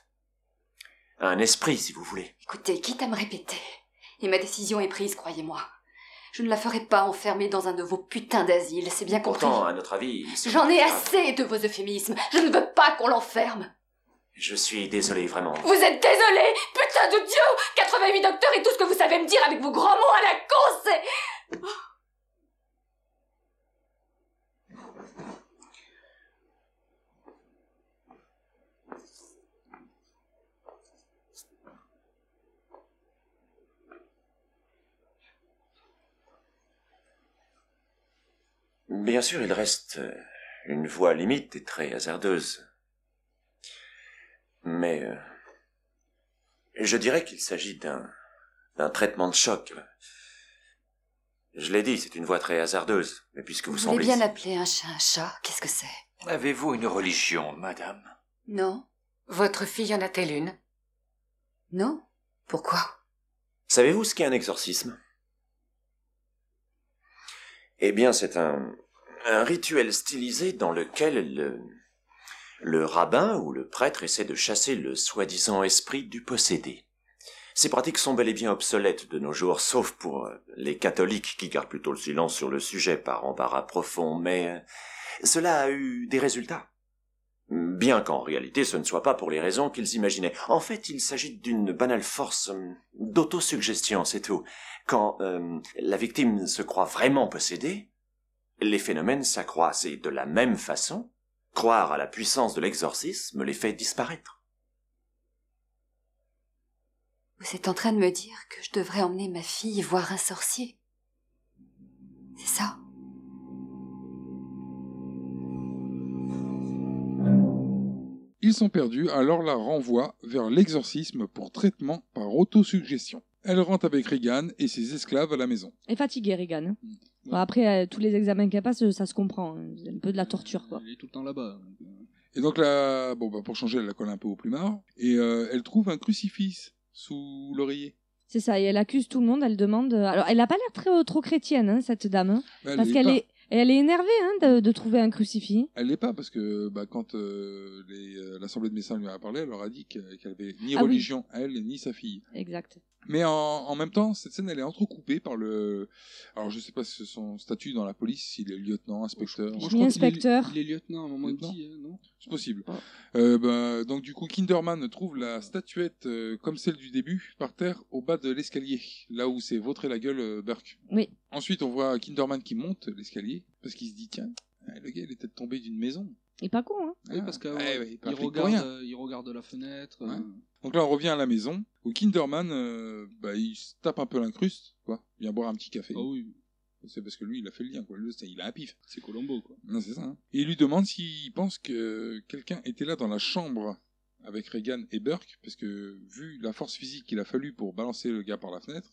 Un esprit, si vous voulez.
Écoutez, quitte à me répéter, et ma décision est prise, croyez-moi. Je ne la ferai pas enfermer dans un de vos putains d'asiles, c'est bien compris.
Pourtant,
euh,
à notre avis... il se-
J'en ai assez de vos euphémismes. Je ne veux pas qu'on l'enferme.
Je suis désolé, vraiment.
Vous êtes désolé Putain de Dieu 88 docteurs et tout ce que vous savez me dire avec vos grands mots à la con, c'est...
Bien sûr, il reste euh, une voie limite et très hasardeuse. Mais euh, je dirais qu'il s'agit d'un d'un traitement de choc. Je l'ai dit, c'est une voie très hasardeuse. Mais puisque vous,
Vous voulez
semblez...
bien appeler un chat un chat Qu'est-ce que c'est
Avez-vous une religion, madame
Non. Votre fille en a-t-elle une Non. Pourquoi
Savez-vous ce qu'est un exorcisme Eh bien, c'est un, un rituel stylisé dans lequel le, le rabbin ou le prêtre essaie de chasser le soi-disant esprit du possédé. Ces pratiques sont bel et bien obsolètes de nos jours, sauf pour euh, les catholiques qui gardent plutôt le silence sur le sujet par embarras profond, mais euh, Cela a eu des résultats. Bien qu'en réalité ce ne soit pas pour les raisons qu'ils imaginaient. En fait, il s'agit d'une banale force euh, d'autosuggestion, c'est tout. Quand euh, la victime se croit vraiment possédée, les phénomènes s'accroissent et de la même façon, croire à la puissance de l'exorcisme les fait disparaître.
Vous êtes en train de me dire que je devrais emmener ma fille voir un sorcier. C'est ça
Ils sont perdus, alors la renvoie vers l'exorcisme pour traitement par autosuggestion. Elle rentre avec Regan et ses esclaves à la maison.
Et fatigué, Regan. hein. Bon, après, euh, tous les examens qu'elle passe, ça se comprend. hein. C'est un peu de la torture, quoi.
Il est tout le temps là-bas. euh,
Et donc là, bon, bah, pour changer, elle la colle un peu au plumard et euh, elle trouve un crucifix sous l'oreiller.
C'est ça, et elle accuse tout le monde, elle demande... euh, Alors, elle n'a pas l'air très, euh, trop chrétienne, hein, cette dame. hein,
Bah, elle
parce
l'est
qu'elle
pas.
est... Elle est énervée hein, de, de trouver un crucifix.
Elle l'est pas parce que bah, quand euh, les, euh, l'assemblée de médecins lui a parlé, elle leur a dit que- qu'elle avait ni
Ah oui.
religion elle ni sa fille.
Exact.
Mais en, en même temps, cette scène elle est entrecoupée par le. Alors je sais pas si son statut dans la police, s'il est lieutenant, inspecteur.
Moi, je
Ni
crois qu'il est-
inspecteur.
Il est lieutenant à un moment il
Lieutenant
dit, euh, non
C'est possible. Euh, bah, donc du coup, Kinderman trouve la statuette euh, comme celle du début par terre au bas de l'escalier, là où s'est vautré la gueule euh, Burke.
Oui.
Ensuite, on voit Kinderman qui monte l'escalier parce qu'il se dit tiens, eh, le gars il est peut-être tombé d'une maison.
Et pas con, hein.
Oui,
Ah,
parce qu'il
ouais, ouais, il pratique pour
regarde,
rien.
euh, il regarde la fenêtre.
Ouais.
euh,
Donc là, on revient à la maison où Kinderman, euh, bah, il se tape un peu l'incruste, quoi. Il vient boire un petit café.
Ah oui,
C'est parce que lui, il a fait le lien, quoi. Lui, c'est- il a un pif.
c'est Colombo, quoi.
Non, c'est ça. hein. Et il lui demande s'il pense que quelqu'un était là dans la chambre avec Reagan et Burke, parce que vu la force physique qu'il a fallu pour balancer le gars par la fenêtre,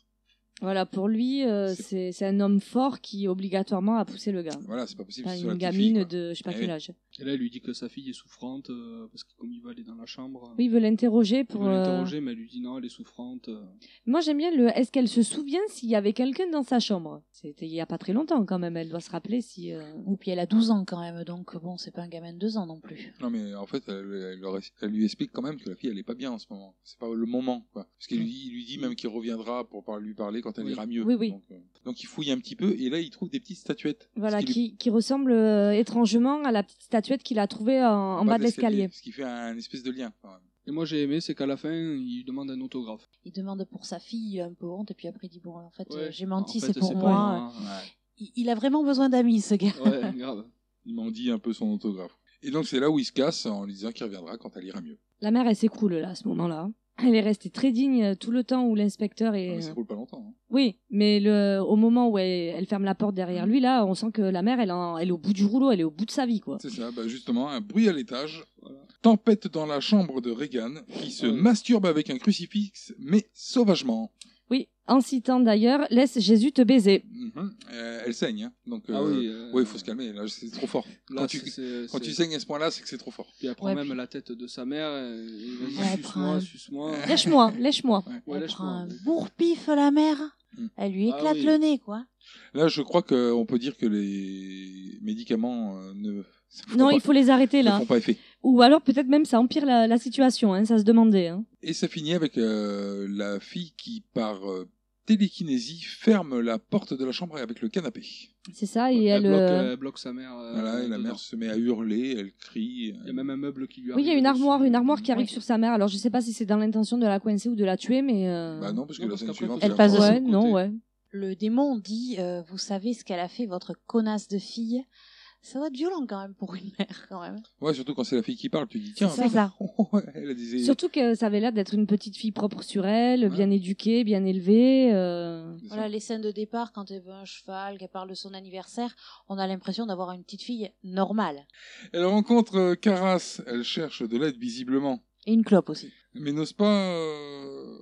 Voilà, pour lui, euh,
C'est-
c'est c'est un homme fort qui obligatoirement a poussé le gars.
voilà, c'est pas possible. que
Pas
ce soit
une
la petite fille,
gamine
quoi.
de je sais pas
Eh
quel
oui.
âge.
Et là, elle lui dit que sa fille est souffrante, euh, parce que comme il va aller dans la chambre,
Oui, il veut l'interroger
il
pour.
va
euh,
l'interroger, mais elle lui dit non, elle est souffrante. euh.
Moi j'aime bien le. Est-ce qu'elle se souvient s'il y avait quelqu'un dans sa chambre C'était il y a pas très longtemps quand même. Elle doit se rappeler si. euh,
Ou puis elle a 12 ans quand même, donc bon, c'est pas un gamin de 2 ans non plus.
Non, mais en fait, elle, elle leur es- elle lui explique quand même que la fille, elle est pas bien en ce moment. C'est pas le moment, quoi. Parce qu'il lui, dit- il lui dit même qu'il reviendra pour par- lui parler quand elle
Oui.
ira mieux.
Mm. Oui, oui.
Donc, euh, donc il fouille un petit peu et là, il trouve des petites statuettes.
Voilà,
Ce qui lui-
qui, qui ressemble euh, étrangement à la petite statuette qu'il a trouvée en, en bas de l'escalier.
Ce qui fait un espèce de lien, quand même.
Et moi, j'ai aimé, c'est qu'à la fin, il lui demande un autographe.
Il demande pour sa fille un peu honte, et puis après il dit Bon, en fait,
Ouais.
euh, j'ai menti,
En fait,
c'est pour
pas
moi. Il, il a vraiment besoin d'amis, ce gars.
moi. Ouais, grave.
Il m'en dit un peu son autographe. Et donc c'est là où il se casse en lui disant qu'il reviendra quand elle ira mieux.
La mère elle s'écroule là à ce moment-là. Elle est restée très digne euh, tout le temps où l'inspecteur est. euh,
Ah, mais ça roule pas longtemps. hein.
Oui, mais le, au moment où elle, elle ferme la porte derrière lui, là, on sent que la mère, elle, en- elle est au bout du rouleau, elle est au bout de sa vie, quoi.
C'est ça, bah justement, un bruit à l'étage. Tempête dans la chambre de Regan qui
Ah
se masturbe avec un crucifix, mais sauvagement.
Oui, en citant d'ailleurs, laisse Jésus te baiser.
Mhm. Euh, elle saigne, hein. donc.
Ah
euh,
oui, euh,
ouais, il faut se calmer, là c'est trop fort.
Là,
quand tu,
c'est- c'est-
quand
c'est-
tu saignes à ce point-là, c'est que c'est trop fort.
Puis elle prend
Ouais,
même
puis-
la tête de sa mère. Et... et vas-y,
Ouais, prends un-
suce-moi, suce-moi.
Euh,
Lèche-moi, <laughs> lèche-moi.
Ouais,
elle
lâche-moi.
prend un bourre-pif, la mère.
Mm.
Elle lui
Ah
éclate
oui.
le nez, quoi.
Là, je crois qu'on peut dire que les médicaments euh, ne.
Non, il faut les arrêter,
ne <laughs>
là.
font pas effet.
Ou alors, peut-être même, ça empire la, la situation, hein, ça se demandait. Hein.
Et ça finit avec euh, la fille qui, par euh, télékinésie, ferme la porte de la chambre avec le canapé.
C'est ça, et
elle,
elle...
bloque,
euh,
elle bloque sa mère.
Ah,
euh,
voilà, et la
dedans.
mère se met à hurler, elle crie.
Il y a même un meuble qui lui
euh,
Oui, il y a
arrive
une armoire,
dessus.
une armoire qui arrive
Oui.
sur sa mère. Alors, je sais pas si c'est dans l'intention de la coincer ou de la tuer, mais... euh,
Bah non, parce que
Non,
la
parce
scène
qu'après,
suivante.
faut-
Elle passe de
Ouais,
son côté.
non, ouais.
Le démon dit euh, Vous savez ce qu'elle a fait, votre connasse de fille Ça doit être violent quand même pour une mère, quand même.
Ouais, surtout quand c'est la fille qui parle, tu dis tiens.
C'est
<laughs>
ça.
elle a des...
Surtout que ça avait l'air d'être une petite fille propre sur elle, bien éduquée, bien élevée. euh,
des-
Voilà, les scènes de départ, quand elle veut un cheval, qu'elle parle de son anniversaire, on a l'impression d'avoir une petite fille normale.
Elle rencontre euh, Caras, elle cherche de l'aide visiblement,
Et une clope aussi.
mais n'ose pas euh,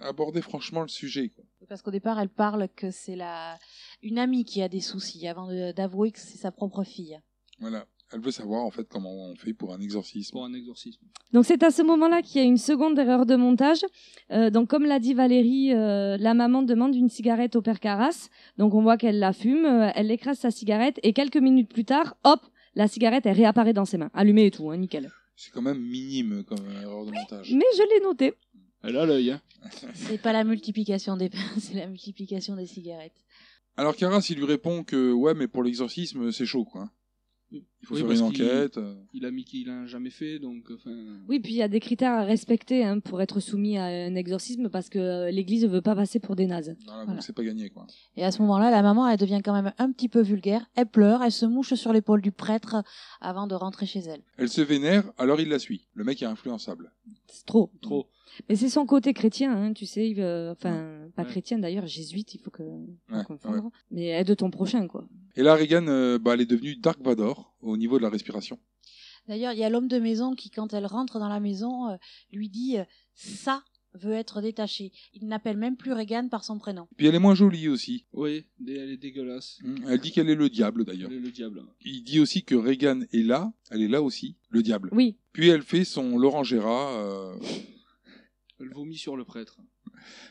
aborder franchement le sujet. quoi.
Parce qu'au départ, elle parle que c'est la... une amie qui a des soucis avant de- d'avouer que c'est sa propre fille.
Voilà. Elle veut savoir en fait comment on fait pour un exorcisme.
Pour un exorcisme.
Donc c'est à ce moment-là qu'il y a une seconde erreur de montage. Euh, donc comme l'a dit Valérie, euh, la maman demande une cigarette au père Carras. Donc on voit qu'elle la fume, euh, elle écrase sa cigarette et quelques minutes plus tard, hop, la cigarette elle réapparaît dans ses mains, allumée et tout, hein, nickel.
C'est quand même minime comme euh, erreur de montage.
Mais je l'ai noté.
Elle a l'œil, hein.
C'est pas la multiplication des <laughs> pains, c'est la multiplication des cigarettes.
Alors Caras, il lui répond que ouais, mais pour l'exorcisme, c'est chaud quoi. Il faut faire une
parce qu'il-
enquête. euh,
Il a mis qu'il a jamais fait, donc enfin.
Oui, puis il y a des critères à respecter hein, pour être soumis à un exorcisme parce que euh, l'Église ne veut pas passer pour des nazes.
Voilà,
Voilà.
Donc c'est pas gagné quoi.
Et à ce moment-là, la maman, elle devient quand même un petit peu vulgaire. Elle pleure, elle se mouche sur l'épaule du prêtre euh, avant de rentrer chez elle.
Elle se vénère, alors il la suit. Le mec est influençable.
C'est trop.
Trop.
Mais c'est son côté chrétien, hein, tu sais. il, euh, Enfin, pas
Ouais.
chrétien d'ailleurs, jésuite, il faut que faut
Ouais,
confondre. Mais aide ton prochain, quoi.
Et là, Regan, euh, bah, elle est devenue Dark Vador au niveau de la respiration.
D'ailleurs, il y a l'homme de maison qui, quand elle rentre dans la maison, euh, lui dit euh, ça veut être détaché. Il n'appelle même plus Regan par son prénom.
Puis elle est moins jolie aussi.
Oui, dé- elle est dégueulasse.
Mm, Elle dit qu'elle est le diable d'ailleurs.
Elle est le diable.
Il dit aussi que Regan est là, elle est là aussi, le diable.
Oui.
Puis elle fait son Laurent Gérard, euh, <laughs>
Elle vomit sur le prêtre.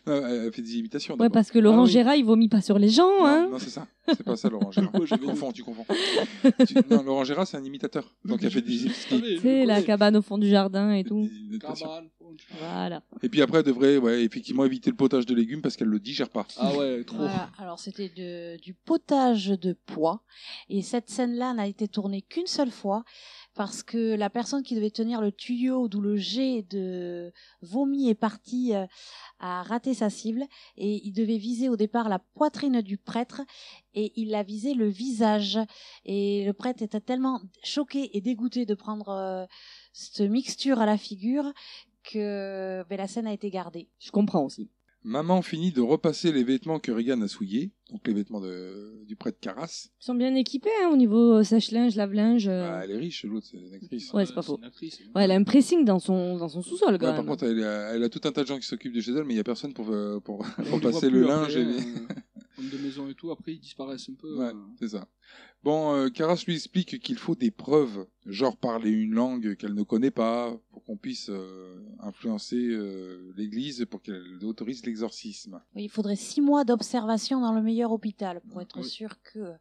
euh, elle fait des imitations.
Ouais,
d'abord.
parce que Laurent
Ah oui. Ah, bah,
Gérard, il vomit pas sur les gens, hein.
Non, c'est ça. C'est pas ça, Laurent Gérard.
<laughs> Ouais,
tu
j'avais
confonds, tu
<laughs>
confonds. Tu- Non, Laurent Gérard, c'est un imitateur. Donc elle fait des, des-
Allez,
C'est
je
la
connais.
cabane au fond du jardin et tout.
des imitations.
Cabane.
Voilà.
bah.
Et puis après, elle devrait ouais, effectivement éviter le potage de légumes parce qu'elle le digère pas.
Ah
<laughs>
ouais, trop.
Voilà. Alors c'était de- du potage de pois. Et cette scène-là n'a été tournée qu'une seule fois parce que la personne qui devait tenir le tuyau d'où le jet de vomi est parti euh, a raté sa cible et il devait viser au départ la poitrine du prêtre et il a visé le visage. Et le prêtre était tellement choqué et dégoûté de prendre euh, cette mixture à la figure que ben, la scène a été gardée.
Je comprends aussi.
Maman finit de repasser les vêtements que Regan a souillés, donc les vêtements de- du prêtre Caras.
Ils sont bien équipés, hein, au niveau euh, sèche-linge, lave-linge. euh.
Ah, elle est riche, l'autre, c'est une actrice.
Ouais, c'est pas faux.
une actrice.
Ouais, elle a un pressing dans son, dans son sous-sol,
Ouais,
quand
par
même.
contre, elle a, elle a tout un tas de gens qui s'occupent de chez elle, mais il n'y a personne pour, euh, pour, pour
On les voit
passer
plus
le linge.
après,
et-
euh, Homme de maison et tout, après ils disparaissent un peu.
<laughs> Ouais,
euh.
c'est ça. Bon, euh, Caras lui explique qu'il faut des preuves, genre parler une langue qu'elle ne connaît pas, pour qu'on puisse euh, influencer euh, l'Église pour qu'elle autorise l'exorcisme.
Oui, il faudrait six mois d'observation dans le meilleur hôpital pour être
Oui.
sûr que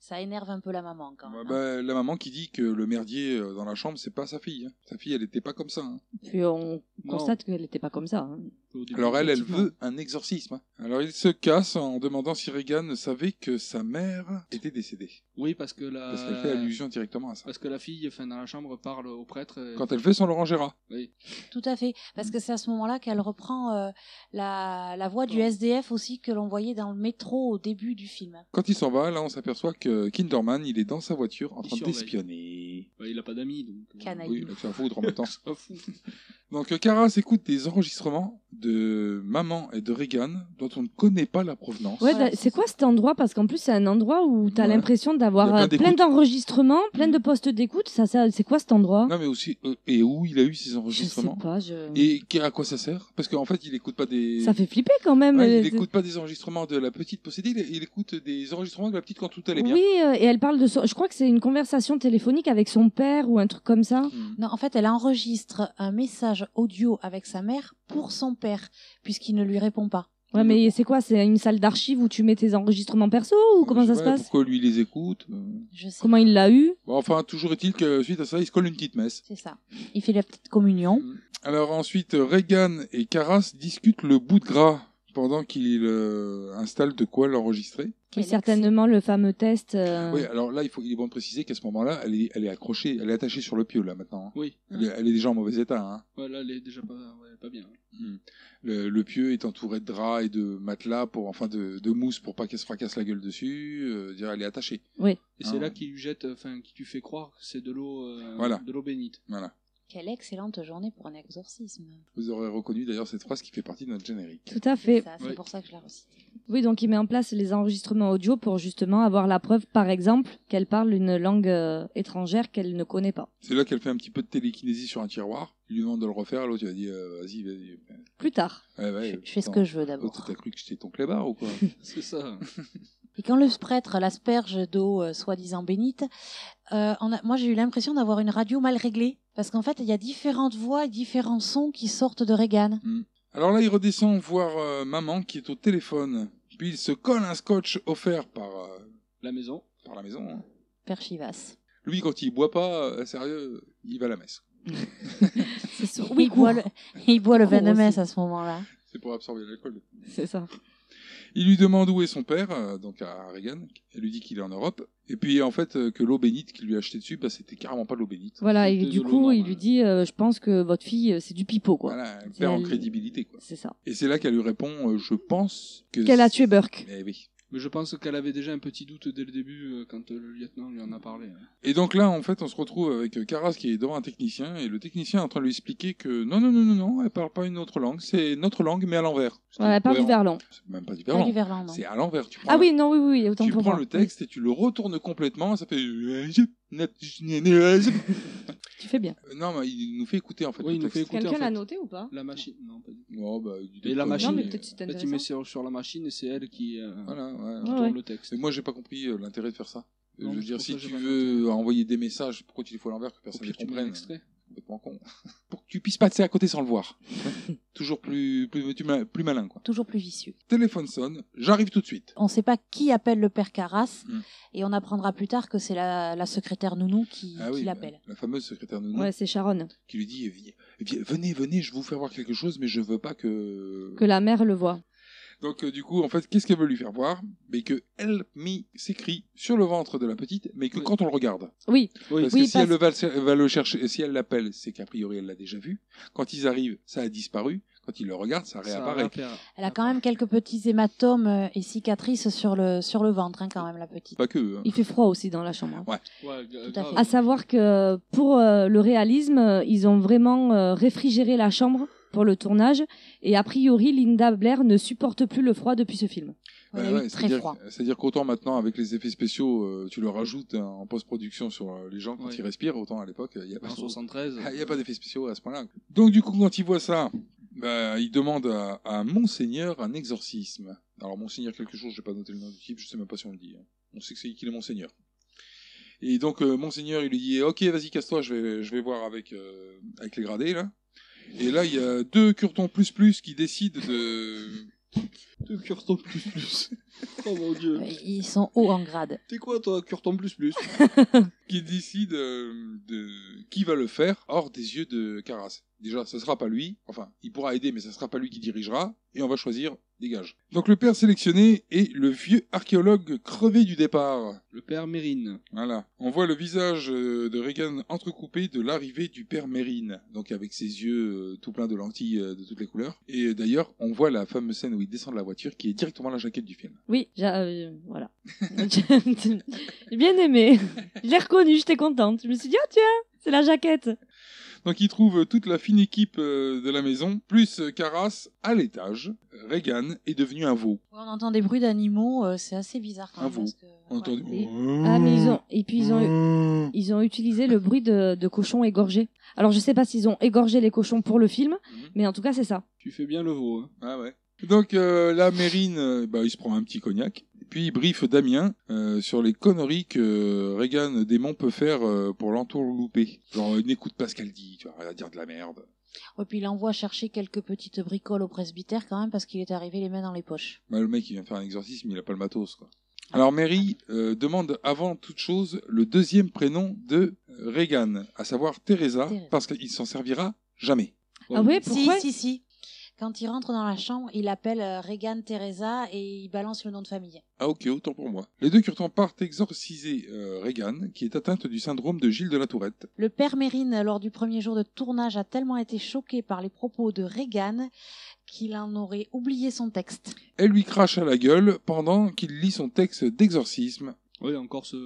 ça énerve un peu la maman quand
Bah,
même. hein.
bah, la maman qui dit que le merdier euh, dans la chambre, c'est pas sa fille. hein. Sa fille, elle n'était pas comme ça. hein.
Puis on
Non.
constate qu'elle n'était pas comme ça. hein.
Au début,
Alors elle, elle
effectivement.
veut un exorcisme. hein. Alors il se casse en demandant si Regan savait que sa mère était décédée.
Oui, parce que la.
Parce qu'elle fait allusion directement à ça.
Parce que la fille, enfin, dans la chambre, parle au prêtre. et-
Quand elle fait son Laurent Gérard.
Oui.
hein. Tout à fait, parce que c'est à ce moment-là qu'elle reprend euh, la, la voix du SDF aussi que l'on voyait dans le métro au début du film.
Quand il s'en va, là on s'aperçoit que Kinderman, il est dans sa voiture en
Il
train
surveille.
d'espionner.
Bah, il a pas d'amis, donc. euh, <laughs>
Canaille.
Oui, mais tu vas foutre en même temps. <laughs>
s'en fout.
Donc Caras écoute des enregistrements de maman et de Regan dont on ne connaît pas la provenance.
Ouais,
Voilà,
d'a- c'est quoi cet endroit Parce qu'en plus, c'est un endroit où t'as
Ouais.
l'impression d'avoir
Il y a
euh,
plein
plein
d'écoutes. Mm.
d'enregistrements, plein de postes d'écoute. Ça, ça, c'est quoi cet endroit
Non mais aussi euh, et où il a eu ces
Je sais
enregistrements
pas. je-
et qu- à quoi ça sert Parce qu'en fait il écoute pas des.
Ça fait flipper quand même.
Ouais,
euh,
il n'écoute pas des enregistrements de la petite possédée, il, il écoute des enregistrements de la petite quand tout allait bien.
Oui, euh, et elle parle de. son- Je crois que c'est une conversation téléphonique avec son père ou un truc comme ça.
Hmm.
Non, en fait, elle enregistre un message audio avec sa mère pour son père, puisqu'il ne lui répond pas.
Mm.
Ouais, mais c'est quoi C'est une salle d'archives où tu mets tes enregistrements perso ou comment
Je
ça
sais
se
pas
passe
Pourquoi lui les écoute euh.
Je sais,
Comment il l'a eu
Bon, Enfin, toujours est-il que suite à ça, il se colle une petite messe.
c'est ça. Il fait la petite communion.
Euh,
Alors ensuite, Regan et Caras discutent le bout de gras pendant qu'il euh, installe de quoi l'enregistrer.
Et
Quel
certainement le fameux test. euh,
Oui, alors là, il, faut, il est bon de préciser qu'à ce moment-là, elle est, elle est accrochée, elle est attachée sur le pieu là maintenant. hein.
Oui,
Elle, est, elle est déjà en mauvais état. hein.
ouais, là, elle est déjà pas, ouais, pas bien.
Hmm. Le, le pieu est entouré de draps et de matelas, pour, enfin de, de mousse pour pas qu'elle se fracasse la gueil dessus. euh, dire, elle est attachée.
Et
Ah,
c'est là
ouais.
qu'il lui jette, enfin, qui lui fait croire que c'est de l'eau euh,
Voilà.
de l'eau bénite. <laughs>
Voilà.
Quelle excellente journée pour un exorcisme.
Vous aurez reconnu d'ailleurs cette phrase qui fait partie de notre générique.
Tout à
C'est
fait.
ça, c'est
Oui.
pour ça que je la recite.
Oui, donc il met en place les enregistrements audio pour justement avoir la preuve, par exemple, qu'elle parle une langue euh, étrangère qu'elle ne connaît pas.
C'est là qu'elle fait un petit peu de télékinésie sur un tiroir. Il lui demande de le refaire. L'autre, il a dit euh, Vas-y, vas-y.
<laughs>
Plus tard.
Ouais, ouais,
Je- je fais ce
attends.
que je veux
L'autre,
d'abord.
t'as cru que j'étais ton clébard ou quoi <laughs>
C'est ça.
Et quand le prêtre l'asperge d'eau euh, soi-disant bénite, euh, on a- moi j'ai eu l'impression d'avoir une radio mal réglée. Parce qu'en fait, il y a différentes voix et différents sons qui sortent de Regan.
Alors là, il redescend voir euh, maman qui est au téléphone. Puis il se colle un scotch offert par, euh,
La maison.
par la maison. hein.
Père Chivas.
Lui, quand il boit pas, euh, sérieux, il va à la messe.
il, boit le, il boit le
Court
vin de messe
Oh,
aussi.
à ce moment-là.
C'est pour absorber l'alcool.
C'est ça.
Il lui demande où est son père, euh, donc à Reagan. Elle lui dit qu'il est en Europe. Et puis en fait, euh, que l'eau bénite qu'il lui a achetée dessus, bah, c'était carrément pas de l'eau bénite.
Voilà, et
C'était
du
de l'eau
coup,
normale.
il lui dit euh, Je pense que votre fille, euh, c'est du pipeau, quoi.
Voilà, elle
C'est
perd en
elle-
crédibilité. Quoi.
C'est ça.
Et c'est là qu'elle lui répond euh, Je pense que.
Qu'elle a tué Burke.
Eh oui.
Mais je pense qu'elle avait déjà un petit doute dès le début euh, quand euh, le lieutenant lui en a parlé. hein.
Et donc là, en fait, on se retrouve avec euh, Karas qui est devant un technicien et le technicien est en train de lui expliquer que non, non, non, non, non, elle parle pas une autre langue, c'est notre langue mais à l'envers.
Ouais, elle parle du verlan.
C'est même pas du
Pas
verlan.
du verlan, non.
C'est à l'envers. Tu prends
Ah
le-
oui, non, oui, oui, autant
tu
pour
prends
moi.
le texte et tu le retournes complètement, ça fait. euh,
Tu fais bien.
Euh, Non, mais il nous fait écouter en fait. le
Oui, il nous fait
texte.
écouter.
Quelqu'un
en fait.
l'a noté ou pas
La machine. Non, pas du tout.
Oh, bah, il dit
Et la
pas.
machine.
Non, mais peut-être c'est
en fait, il
intéressant.
met sur, sur la machine et c'est elle qui, euh,
Voilà, ouais.
qui
Ouais,
tourne
ouais.
le texte.
Et moi, j'ai pas compris euh, l'intérêt de faire ça. Euh,
Non,
je veux
je
dire,
trouve
si
ça, j'ai
tu
pas
veux envoyer des messages, pourquoi tu les fous à l'envers que
Au
personne ne
pire, tu mets un
comprenne
extrait.
complètement con. <laughs> Pour que tu puisses passer à côté sans le
<laughs>
voir. Toujours plus, plus, tu ma- plus malin, quoi.
Toujours plus vicieux.
Téléphone sonne, j'arrive tout de suite.
On ne sait pas qui appelle le père Carras
Mm.
et on apprendra plus tard que c'est la, la secrétaire Nounou qui,
Ah
qui
oui, la,
l'appelle.
la fameuse secrétaire nounou
Ouais, c'est Sharon.
qui lui dit eh, Vi- vi- Venez, venez, je vous fais voir quelque chose, mais je veux pas que.
Que la mère le voit.
Donc, euh, du coup, en fait, qu'est-ce qu'elle veut lui faire voir Mais que Help Me s'écrit sur le ventre de la petite, mais que
Oui.
quand on le regarde.
Oui,
Oui,
Parce
Oui,
que si
parce-
elle le va, le- va le chercher, si elle l'appelle, c'est qu'a priori elle l'a déjà vu. Quand ils arrivent, ça a disparu. Quand ils le regardent, ça
ça
réapparaît.
réapparaît.
Ah,
Elle a quand même quelques petits hématomes euh, et cicatrices sur le, sur le ventre, hein, quand même, la petite.
Pas que. hein.
il fait froid aussi dans la chambre. hein.
Ouais, gra-
Tout à
grave.
À savoir que pour euh, le réalisme, euh, ils ont vraiment euh, réfrigéré la chambre pour le tournage. Et a priori, Linda Blair ne supporte plus le froid depuis ce film.
Elle
Bah
a eu
ouais,
très
c'est-à-dire-
froid.
C'est-à-dire qu'autant maintenant, avec les effets spéciaux, euh, tu le rajoutes hein, en post-production sur euh, les gens quand
Ouais.
ils respirent, autant à l'époque, il n'y a pas
En 73.
Ah, Il n'y a pas d'effets spéciaux à ce point-là. Donc, du coup, quand il voit ça, bah, il demande à, à Monseigneur un exorcisme. Alors, Monseigneur quelque chose, je n'ai pas noté le nom du type, je ne sais même pas si on le dit. hein. On sait que c'est- qu'il est Monseigneur. Et donc, euh, Monseigneur, il lui dit Ok, vas-y, casse-toi, je vais, je vais voir avec, euh, avec les gradés, là. Et là, il y a deux curtons plus plus qui décident de.
Deux Curton plus plus. Oh mon
Hmm.
dieu.
Euh, Ils sont hauts en grade.
T'es quoi toi, Curton plus plus
qui décide euh, de qui va le faire hors des yeux de Caras. Déjà, ça sera pas lui. Enfin, il pourra aider, mais ça sera pas lui qui dirigera. Et on va choisir dégage. Donc le père sélectionné est le vieux archéologue crevé du départ.
Le père Mérine.
Voilà. On voit le visage euh, de Reagan entrecoupé de l'arrivée du père Mérine. Donc avec ses yeux euh, tout plein de lentilles euh, de toutes les couleurs. Et euh, d'ailleurs, on voit la fameuse scène où il descend de la voiture qui est directement la jaquette du film.
Oui, j'a- euh, <laughs> voilà. J'ai bien aimé. Je l'ai reconnu, j'étais contente. Je me suis dit, oh tiens, c'est la jaquette.
Donc il trouve toute la fine équipe euh, de la maison, plus euh, Caras à l'étage. Reagan est devenu un veau.
On entend des bruits d'animaux, euh, c'est assez bizarre quand
Ah
même.
bon.
parce que-
On entend du-
Et- Ah, mais ils ont... Et puis ils ont... Ils ont utilisé le bruit de, de cochons égorgés. Alors je sais pas s'ils ont égorgé les cochons pour le film,
Mhm.
mais en tout cas c'est ça.
Tu fais bien le veau. Hein.
Ah ouais. Donc euh, là, Mérine, euh, bah, il se prend un petit cognac. Puis il briefe Damien euh, sur les conneries que euh, Reagan Démon peut faire euh, pour l'entourlouper. Genre, euh, n'écoute pas ce qu'elle dit, tu vas arrête de dire de la merde.
Ouais, puis il envoie chercher quelques petites bricoles au presbytère quand même parce qu'il est arrivé les mains dans les poches.
Bah, le mec, il vient faire un exorcisme, il a pas le matos, quoi. Alors Mary euh, demande avant toute chose le deuxième prénom de Reagan, à savoir Teresa,
Teresa.
parce qu'il s'en servira jamais.
Ah ouais, pourquoi
Si, si, si. Quand il rentre dans la chambre, il appelle euh, Regan Teresa et il balance le nom de famille.
Ah ok, autant pour moi. Les deux curtons partent exorciser euh, Reagan, qui est atteinte du syndrome de Gilles de la Tourette.
Le père Mérine, lors du premier jour de tournage, a tellement été choqué par les propos de Regan qu'il en aurait oublié son texte.
Elle lui crache à la gueule pendant qu'il lit son texte d'exorcisme.
Oui, encore ce.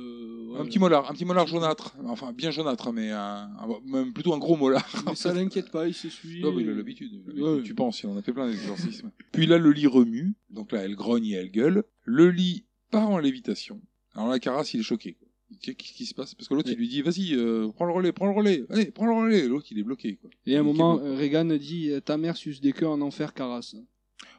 ouais,
Un petit molar, un petit molar jaunâtre. Enfin, bien jaunâtre, mais un- un- même plutôt un gros molar.
Mais ça l'inquiète pas, il s'essuie.
Non, mais il a l'habitude. il a l'habitude,
Ouais.
Tu penses, il en a fait plein d'exorcismes. <laughs> Puis là, le lit remue. Donc là, elle grogne et elle gueule. Le lit part en lévitation. Alors là, Caras, il est choqué. quoi. Il dit, Qu'est-ce qui se passe Parce que l'autre, il lui dit Vas-y, euh, prends le relais, prends le relais. Allez, prends le relais. L'autre, il est bloqué. Quoi.
Et à un
Il est
moment,
bloqué.
euh, Regan dit euh, Ta mère suce des queues en enfer, Caras.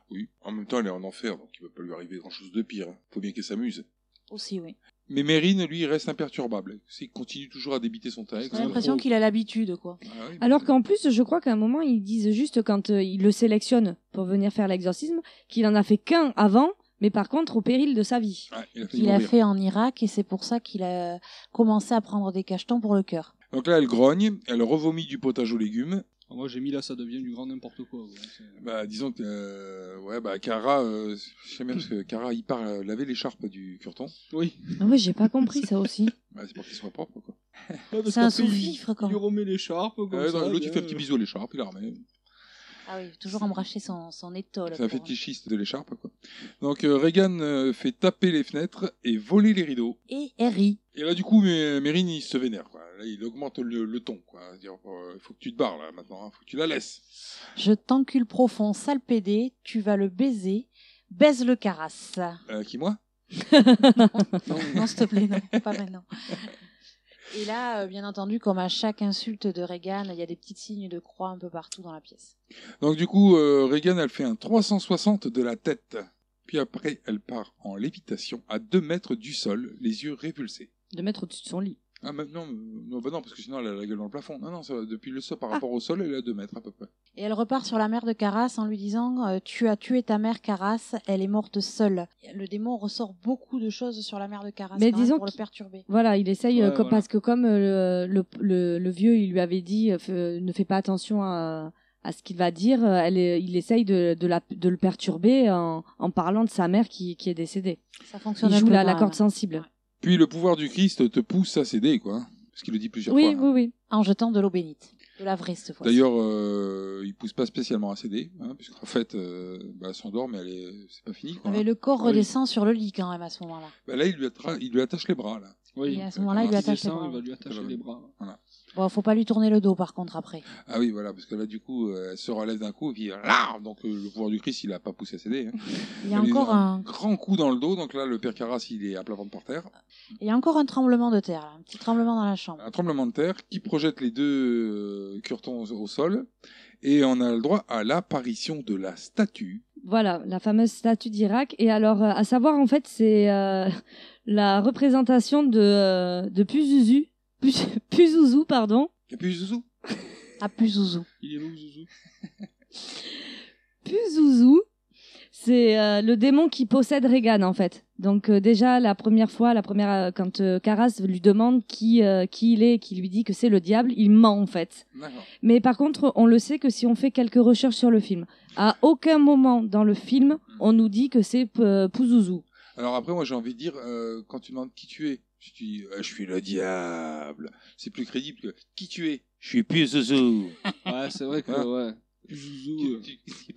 Oui. En même temps, elle est en enfer, donc il ne peut pas lui arriver grand-chose de pire. hein. Faut bien qu'elle s'amuse.
Aussi, oui.
Mais Mérine, lui, reste imperturbable. Il continue toujours à débiter son texte.
J'ai l'impression qu'il a l'habitude, quoi.
Ah oui,
Alors
mais-
qu'en plus, je crois qu'à un moment, ils disent juste quand euh, ils le sélectionnent pour venir faire l'exorcisme, qu'il en a fait qu'un avant, mais par contre au péril de sa vie.
Ah, il a failli
Qu'il a
mourir.
fait en Irak et c'est pour ça qu'il a commencé à prendre des cachetons pour le cœur.
Donc là, elle grogne, elle revomit du potage aux légumes,
Ah, Moi j'ai mis là, ça devient du grand n'importe quoi. ouais.
<laughs>
C'est-
Bah, disons que. euh, ouais, bah, Cara, euh, je sais même parce que Cara, il part euh, laver l'écharpe du curton.
Oui.
Ah ouais, j'ai pas compris ça aussi.
Bah, c'est pour qu'il soit propre, quoi.
Ouais, parce
C'est un
qu'après, il-
sous-fifre, quoi.
Il remet l'écharpe. comme
Euh,
ça,
non, L'autre, il
bien.
fait un petit bisou à l'écharpe, il la remet.
Ah oui, toujours embracher son, son étole.
C'est un
pour- hein.
fétichiste de l'écharpe, quoi. Donc, euh, Regan euh, fait taper les fenêtres et voler les rideaux.
Et Harry.
Et là, du coup, Mé- Mérine, il se vénère, quoi. Là, il augmente le, le ton, quoi. euh, Il faut que tu te barres, là, maintenant. hein. faut que tu la laisses.
Je t'encule profond, sale PD, tu vas le baiser. Baise le carasse.
Euh, qui,
<laughs>
moi
Non, non, s'il te plaît, non, <laughs> pas maintenant. Et là, euh, bien entendu, comme à chaque insulte de Regan, il y a des petits signes de croix un peu partout dans la pièce.
Donc du coup, euh, Regan, elle fait un 360 de la tête. Puis après, elle part en lévitation à 2 mètres du sol, les yeux révulsés.
De mettre au-dessus de son lit.
Ah, mais non, euh, non, bah non, parce que sinon, elle a la gueule dans le plafond. Non, non, ça va, depuis le
Ah.
sol, par rapport au sol, elle est à 2 mètres à peu près.
Et elle repart sur la mère de Caras en lui disant euh, Tu as tué ta mère, Caras, elle est morte seule. Le démon ressort beaucoup de choses sur la mère de Caras
Mais
quand même,
disons
pour le
qu'il-
perturber.
Voilà, il essaye, euh,
Ouais,
comme-
voilà.
parce que comme euh, le, le- le vieux, il lui avait dit, euh, fais- ne fais pas attention à, à ce qu'il va dire, euh, elle, est- il essaye de, de la- de le perturber en, en parlant de sa mère qui, qui est décédée.
Ça fonctionne
Il
un
joue
peu
la,
quand
la
même.
corde sensible.
Puis le pouvoir du Christ te pousse à céder, quoi. hein. Parce qu'il le dit plusieurs
Oui,
fois. hein.
oui, oui.
En jetant de l'eau bénite. De la vraie cette fois.
D'ailleurs, euh, il pousse pas spécialement à céder, hein, puisqu'en fait, euh, bah, elle s'endort, mais elle est... c'est pas fini, quoi.
Mais le corps
Oui.
redescend sur le lit quand même à ce moment-là.
Bah, là, il lui, attra- il lui attache les bras, là.
Oui.
Et à ce moment-là, il lui
Quand
attache les
descend,
bras.
Il va lui attacher
Voilà.
les bras.
Bon, faut pas lui tourner le dos par contre après.
Ah oui, voilà, parce que là, du coup, euh, elle se relève d'un coup, et puis, là, donc euh, le pouvoir du Christ, il a pas poussé à céder. hein.
Il y a
Elle lui
encore
donne
un,
grand coup dans le dos, donc là, le père Carras, il est à plat ventre par terre.
il y a encore un tremblement de terre, là. un petit tremblement dans la chambre.
Un tremblement de terre qui projette les deux euh, curtons au, au sol. Et on a le droit à l'apparition de la statue.
Voilà, la fameuse statue d'Irak. Et alors, euh, à savoir, en fait, c'est euh, <laughs> la représentation de, euh, de Puzuzu. Puz- Puzuzu, pardon.
Et puis, Zouzou.
Ah, plus zouzou.
Il est
<laughs>
où, Zouzou
Puzuzu, c'est euh, le démon qui possède Regan en fait. Donc euh, déjà la première fois, la première euh, quand euh, Karas lui demande qui euh, qui il est, et qu'il lui dit que c'est le diable, il ment en fait.
D'accord.
Mais par contre, on le sait que si on fait quelques recherches sur le film, à aucun moment dans le film on nous dit que c'est euh, Puzuzu.
Alors après, moi, j'ai envie de dire, euh, quand tu demandes qui tu es, si tu dis, Ah, je suis le diable, c'est plus crédible que qui tu es. Je suis plus <laughs> Zouzou.
Ouais, c'est vrai que,
Hein
ouais. Zouzou. euh,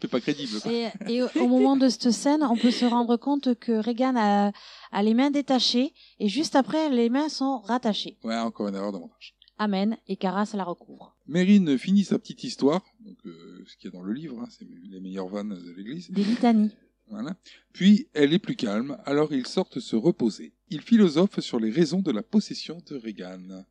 C'est pas crédible. quoi.
Et, et au, au moment de cette scène, on peut se rendre compte que Regan a, a les mains détachées et juste après, les mains sont rattachées.
Ouais, encore une erreur de montage.
Amen. Et Caras la recouvre.
Mérine finit sa petite histoire, donc euh, ce qu'il y a dans le livre, hein, c'est les meilleures vannes de l'église.
Des litanies.
Voilà. Puis elle est plus calme, alors ils sortent se reposer. Ils philosophent sur les raisons de la possession de Regan.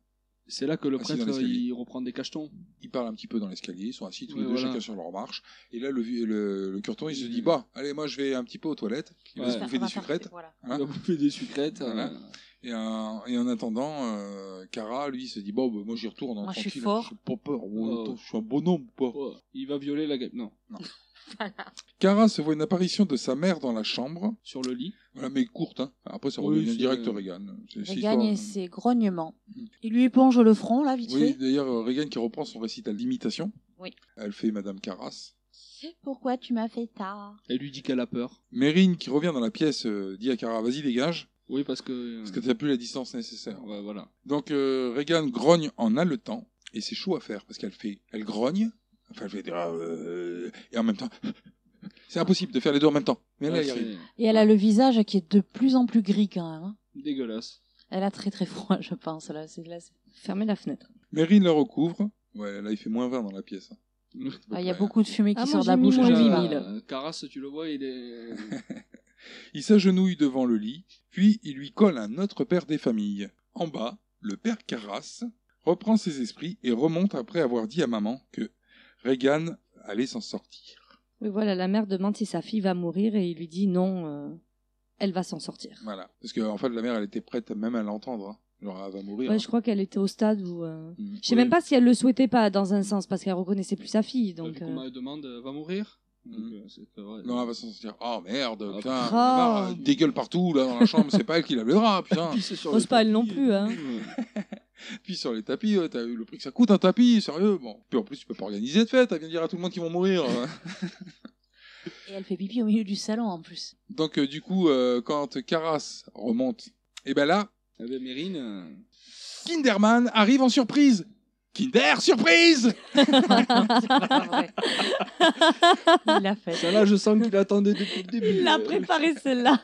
C'est là que le
Assis dans
prêtre,
l'escalier.
il reprend des cachetons.
Ils parlent un petit peu dans l'escalier, ils sont assis tous
Oui,
les deux,
voilà.
chacun sur leur marche. Et là, le, vieux- le, le curton, il se
Il-
dit Bah, allez, moi je vais un petit peu aux toilettes. Il va
Ouais.
se
On
bouffer des sucrètes.
Voilà.
Hein
il a bouffé des sucrètes.
Voilà.
euh,
Et, en- et en attendant, euh, Cara, lui, il se dit Bon, bah, moi j'y retourne. hein,
Moi, je suis fort.
tranquille, pas peur. Oh,
Oh.
attends, je suis un bonhomme, quoi.
ouais. Il va violer la gueule. Non,
Cara se voit une apparition de sa mère dans la chambre.
sur le lit.
Voilà, mais courte. Hein. Après, ça
Oui,
revient
c'est-
direct à Regan. C'est- c'est
Regan
histoire-
et ses grognements.
Mm.
Il lui éponge le front, là, vite
Oui,
fait.
d'ailleurs, euh, Regan qui reprend son récital d'imitation.
Oui.
Elle fait Madame Carras.
Pourquoi tu m'as fait tard
Elle lui dit qu'elle a peur.
Mérine qui revient dans la pièce euh, dit à Carras Vas-y, dégage,
Oui, parce que.
parce que t'as plus la distance nécessaire.
Ouais, voilà.
Donc euh, Regan grogne en haletant, et c'est chaud à faire, parce qu'elle fait. Elle grogne, enfin, elle fait. Ah, euh, et en même temps. <laughs> C'est impossible de faire les deux en même temps. Mais là,
Ouais,
elle y arrive.
c'est
Et elle a le visage qui est de plus en plus gris quand même. hein.
dégueulasse.
Elle a très très froid, je pense. Là, c'est là, c'est-
Fermez la fenêtre.
Mérine la recouvre. Ouais, là, il fait moins 20 dans la pièce. hein.
Ah, Il y a
Ouais.
beaucoup de fumée qui
Ah, moi,
sort de la
j'ai
bouche.
mis moins
quand il
Déjà,
parle.
8000.
euh, Caras, tu le vois,
<laughs>
il est.
Il s'agenouille devant le lit, puis il lui colle un autre père des familles. En bas, le père Carras reprend ses esprits et remonte après avoir dit à maman que Regan allait s'en sortir.
Oui, voilà, la mère demande si sa fille va mourir et il lui dit non, euh, elle va s'en sortir.
Voilà. Parce qu'en en fait, la mère, elle était prête même à l'entendre. hein. Genre, elle va mourir.
Ouais,
hein.
je crois qu'elle était au stade où. euh,
Mm.
Je sais même pas si elle le souhaitait pas dans un sens parce qu'elle reconnaissait plus sa fille.
Donc,
Donc. euh,
comment elle demande, euh, va mourir Donc,
Mhm.
euh, c'est pas vrai.
Non, elle va s'en sortir. Oh merde,
Ah,
putain,
oh.
<laughs>
dégueule partout, là, dans la chambre, c'est pas elle qui lave le drap, putain.
Pisse sur
Ose
le
pas, elle
tapis
non
et-
plus, hein.
Ouais.
Puis sur les tapis, ouais, t'as eu le prix que ça coûte un tapis, sérieux. Bon. Puis en plus, tu peux pas organiser de fête, t'as bien dire à tout le monde qu'ils vont mourir. hein.
Et elle fait pipi au milieu du salon en
<laughs>
plus. <laughs>
Donc euh, du coup, euh, quand Caras remonte, et ben là,
Ah ben, Mérine. euh,
Kinderman arrive en surprise. Kinder surprise
Il l'a fait.
Ça là, je sens qu'il attendait depuis le début. euh,
Il l'a préparé celle-là.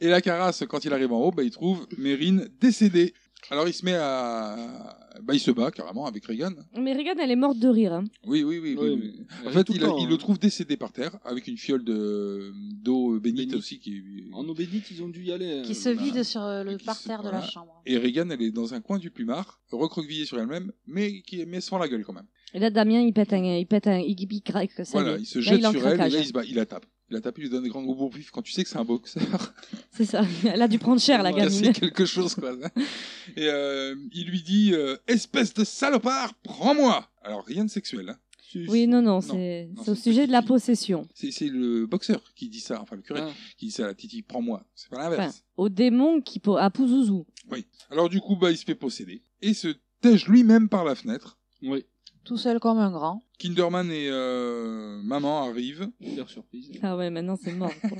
Et la Caras, quand il arrive en haut, bah, il trouve Mérine décédée. Alors il se met à... Bah, il se bat carrément avec Regan.
Mais Regan, elle est morte de rire. hein.
Oui, oui, oui. oui,
Ouais,
oui.
mais-
En
euh,
fait,
tout
il, a-
temps,
il
hein.
le trouve décédé par terre, avec une fiole de- d'eau bénite,
Bénite.
aussi. Qui... est-
En eau bénite, ils ont dû y aller.
Qui
euh,
se vide sur euh, le
Qui se-
parterre de la
voilà.
chambre.
Et Regan, elle est dans un coin du plumard, recroquevillée sur elle-même, mais qui mais elle se fend la gueule quand même.
Et là, Damien, il pète un. Il pète un. Il, il craque. ça y
voilà,
est.
il se
Là,
jette
est en
sur elle et
craquage.
là, il se bat. Il la tape. Il la tape, il lui donne des grands gros pif quand tu sais que c'est un boxeur. <laughs>
C'est ça. Elle a dû prendre cher, la
Casser
gamine.
quelque chose, quoi. Et euh, il lui dit euh, Espèce de salopard, prends-moi Alors, rien de sexuel. hein.
si-
Oui, non, non,
Non,
c'est
non,
c'est au
c'est une
sujet de la
petite fille.
possession.
C'est c'est le boxeur qui dit ça, enfin le curé
Ah.
qui dit ça à la Titi Prends-moi. C'est pas
Enfin,
l'inverse.
au démon qui po- à Pouzouzou.
Alors du coup, bah, il se fait posséder et se tège lui-même par la fenêtre.
Oui,
Tout seul comme un grand.
Kinderman et euh, maman arrivent.
super surprise.
Ah ouais, maintenant
<laughs>
c'est mort. quoi.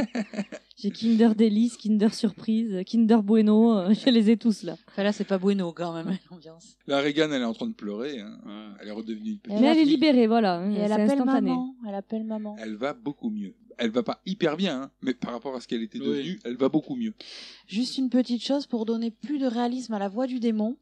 J'ai Kinder Delice, Kinder Surprise, Kinder Bueno, euh, je les ai tous là.
Enfin, là, c'est pas bueno quand même, <laughs> l'ambiance.
La Regan, elle est en train de pleurer. hein.
Ouais.
Elle est redevenue une petite.
Elle
Mais
a
elle est
fini.
libérée, voilà. hein,
Et
C'est
elle appelle
instantané.
maman. Elle appelle maman.
Elle va beaucoup mieux. Elle va pas hyper bien, hein, mais par rapport à ce qu'elle était
Oui.
devenue, elle va beaucoup mieux.
Juste une petite chose pour donner plus de réalisme à la voix du démon.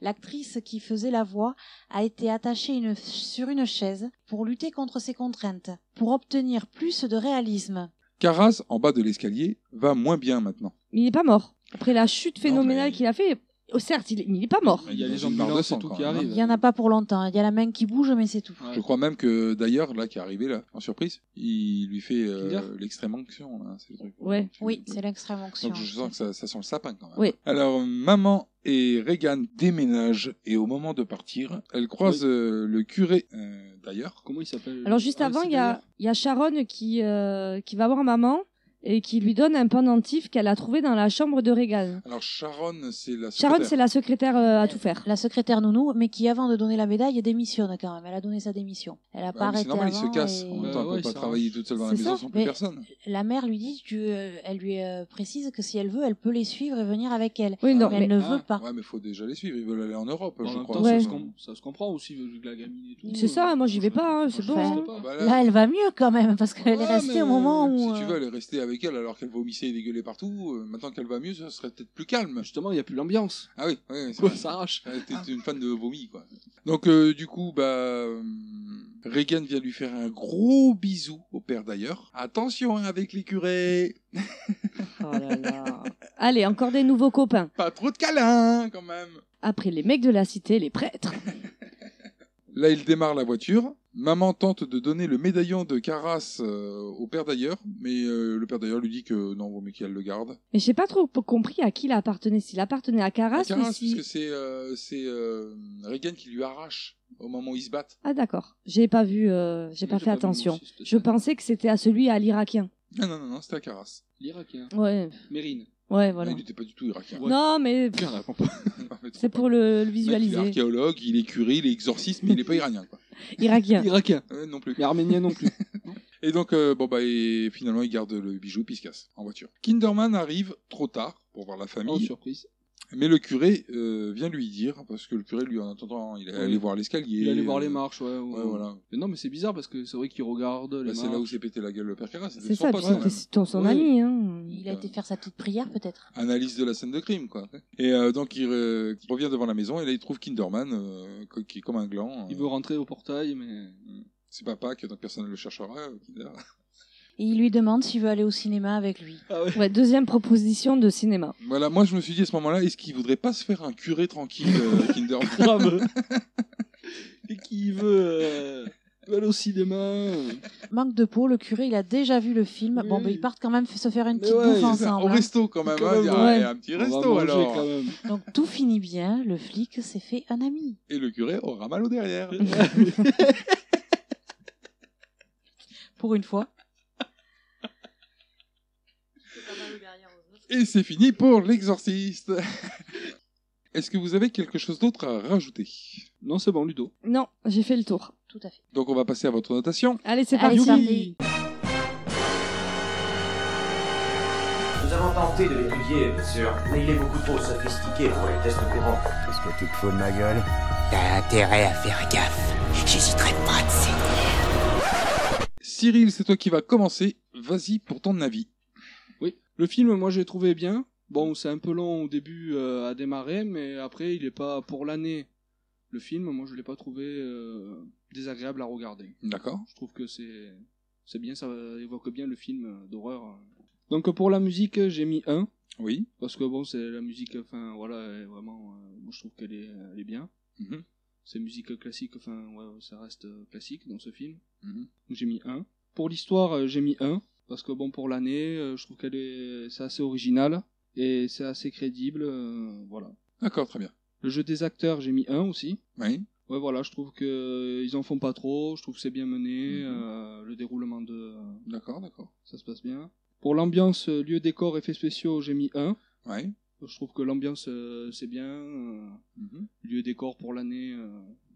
L'actrice qui faisait la voix a été attachée une- sur une chaise pour lutter contre ses contraintes, pour obtenir plus de réalisme.
Caras, en bas de l'escalier, va moins bien maintenant.
Mais il n'est pas mort. Après la chute phénoménale
mais-
qu'il a fait, oh, certes, il n'est pas mort.
Il y a
Ils
les
ont une barre de
ambulances
sang,
et tout
quand
qui
même, hein.
arrivent.
Il y en a pas pour longtemps. hein. Il y a la main qui bouge, mais c'est tout.
Ouais.
Je crois même que d'ailleurs, là, qui est arrivé là, en surprise, il lui fait euh,
Kinder
l'extrême onction. là, c'est le truc.
Ouais.
Oui, c'est l'extrême onction.
Donc je sens que ça, ça sent le sapin quand même.
Oui.
Alors maman et Regan déménagent et au moment de partir, elles croisent euh, le curé euh, d'ailleurs.
Comment il s'appelle
Alors juste
Ah,
avant,
c'est
il y a,
d'ailleurs.
il y a Sharon qui, euh, qui va voir maman et qui lui donne un pendentif qu'elle a trouvé dans la chambre de Regan.
Alors Sharon, c'est la
Sharon,
secrétaire.
c'est la secrétaire euh, à tout faire.
La secrétaire nounou, mais qui avant de donner la médaille démissionne quand même. Elle a donné sa démission. Elle a
Bah
pas
oui, c'est
arrêté
normal,
avant
il se casse.
hein, et-
En même
Bah
temps, elle
ouais,
peut pas
ça
travailler
arrange.
toute seule dans la
C'est
maison
ça,
sans plus
mais-
personne.
La mère lui dit, tu, euh, elle lui euh, précise que si elle veut, elle peut les suivre et venir avec elle.
Oui, non,
mais elle
mais-
ne
Ah,
veut pas.
Ouais, mais faut déjà les suivre. Ils veulent aller en Europe,
Bah, En
je
même
crois.
temps,
Ouais.
ça, se com- ça se comprend aussi, vu que la gamine et tout. euh,
C'est ça, moi, j'y vais
je-
pas, hein,
moi,
c'est
je
bon,
reste
hein.
pas.
Bah
Là, elle va mieux quand même, parce qu'elle est
Ouais,
restée
mais
au moment où.
Si tu
euh,
veux, elle est restée avec elle alors qu'elle vomissait et dégueulait partout. euh, maintenant qu'elle va mieux, ça serait peut-être plus calme.
Justement, il n'y a plus
<laughs>
l'ambiance.
Ah oui, oui, oui, c'est
Ça
vrai.
s'arrache.
Ouais, T'es une fan de vomi, quoi. Donc, euh, du coup, bah, euh, Reagan vient lui faire un gros bisou au père d'ailleurs. Attention hein, avec les curés,
<laughs> Allez, encore des nouveaux copains.
pas trop de câlins quand même.
Après les mecs de la cité, les prêtres.
Là, il démarre la voiture. Maman tente de donner le médaillon de Caras euh, au père d'ailleurs, mais euh, le père d'ailleurs lui dit que non, vaut mieux qu'elle le garde.
Mais j'ai pas trop compris à qui il appartenait. S'il appartenait à Caras
Caras,
ou
Bah, parce
si...
que c'est euh, c'est, euh, Reagan qui lui arrache au moment où ils se battent.
Ah d'accord, j'ai pas vu, euh, j'ai pas fait
vu,
attention.
moi aussi, cette
Je
scène.
pensais que c'était à celui à l'Irakien.
Ah non, non, non, c'était à Caras.
L'Irakien.
Ouais,
Mérine.
ouais, voilà.
Il n'était pas du tout irakien.
Ouais.
Non, mais pff,
Rien à <laughs> comprendre.
c'est pour
Le
le, le
mec, Il est
visualiser.
archéologue, il est curé, il est exorciste, mais il est pas iranien, quoi.
<laughs>
Irakien.
Irakien.
Euh, non plus.
Mais arménien non plus.
Et donc, euh, bon, bah, et finalement, il garde le bijou puis il se casse en voiture. Kinderman arrive trop tard pour voir la <laughs>
Oh,
famille,
surprise.
mais le curé euh, vient lui dire, parce que le curé, lui, en attendant, il est
Oui.
allé voir l'escalier.
Il allait voir les
euh,
marches, ouais. ouais.
Ouais, voilà.
Mais non, mais c'est bizarre parce que c'est vrai qu'il regarde les
Bah, c'est
marches.
là où s'est pété la gueule le père Carras.
C'est ça,
pote,
puisque
quand même.
c'est ton son
Oui.
ami. Hein.
Il a été faire sa petite prière, peut-être.
Analyse de la scène de crime, quoi. Et euh, donc, il, euh, il revient devant la maison et là, il trouve Kinderman, euh, co- qui est comme un gland.
Il
euh,
veut rentrer au portail, mais.
C'est pas Pâques, donc personne ne le cherchera. euh, Kinder.
Et il lui demande s'il veut aller au cinéma avec lui.
Ah ouais.
Ouais, deuxième proposition de cinéma.
Voilà, moi, je me suis dit à ce moment-là, est-ce qu'il voudrait pas se faire un curé tranquille,
<laughs>
euh, Kinderman
<laughs> Grave.
<laughs>
Et qui veut. euh, veut aller au cinéma. euh.
Manque de peau, le curé, il a déjà vu le film.
Oui,
bon, ben,
oui.
ils partent quand même se faire une
Mais
petite
ouais,
bouffe
c'est ça,
Ça,
ensemble.
Au
hein.
resto quand même,
Quand
hein,
même,
il y a-
ouais.
il y a un petit
On va
resto
manger,
alors.
quand même.
Donc tout finit bien. Le flic s'est fait un ami.
Et le curé aura mal au derrière.
Pour une fois.
Et c'est fini pour l'exorciste. <laughs> Est-ce que vous avez quelque chose d'autre à rajouter
Non, c'est bon, Ludo.
Non, j'ai fait le tour.
Tout à fait.
Donc on va passer à votre notation.
Allez, c'est
Allez,
parti.
c'est parti.
Nous avons tenté de l'étudier, bien sûr, mais il est beaucoup trop sophistiqué pour les tests courants.
Qu'est-ce que tu te fous de ma gueule T'as intérêt à faire gaffe. J'hésiterai pas à te saigner.
Cyril, c'est toi qui vas commencer. Vas-y pour ton avis.
Oui. Le film, moi, j'ai trouvé bien. Bon, c'est un peu long au début euh, à démarrer, mais après, il est pas pour l'année. Le film, moi, je l'ai pas trouvé euh, désagréable à regarder.
D'accord.
Je trouve que c'est c'est bien, ça évoque bien le film euh, d'horreur. Donc pour la musique, j'ai mis 1
Oui.
parce que bon, c'est la musique. Enfin, voilà, elle est vraiment, euh, moi, je trouve qu'elle est, elle est bien.
Mhm.
C'est musique classique. Enfin, ouais, ça reste euh, classique dans ce film.
Mhm.
Donc, j'ai mis 1. Pour l'histoire, euh, j'ai mis 1. Parce que bon, pour l'année, euh, je trouve qu'elle est, c'est assez original et c'est assez crédible. euh, voilà.
D'accord, très bien.
Le jeu des acteurs, j'ai mis 1 aussi.
Oui.
Ouais, voilà, je trouve que euh, ils en font pas trop. Je trouve que c'est bien mené.
Mhm.
euh, le déroulement de, euh,
D'accord, d'accord.
ça se passe bien. Pour l'ambiance, euh, lieu, décor, effets spéciaux, j'ai mis 1.
Oui.
Je trouve que l'ambiance, euh, c'est bien. euh,
Mhm.
lieu, décor pour l'année. euh,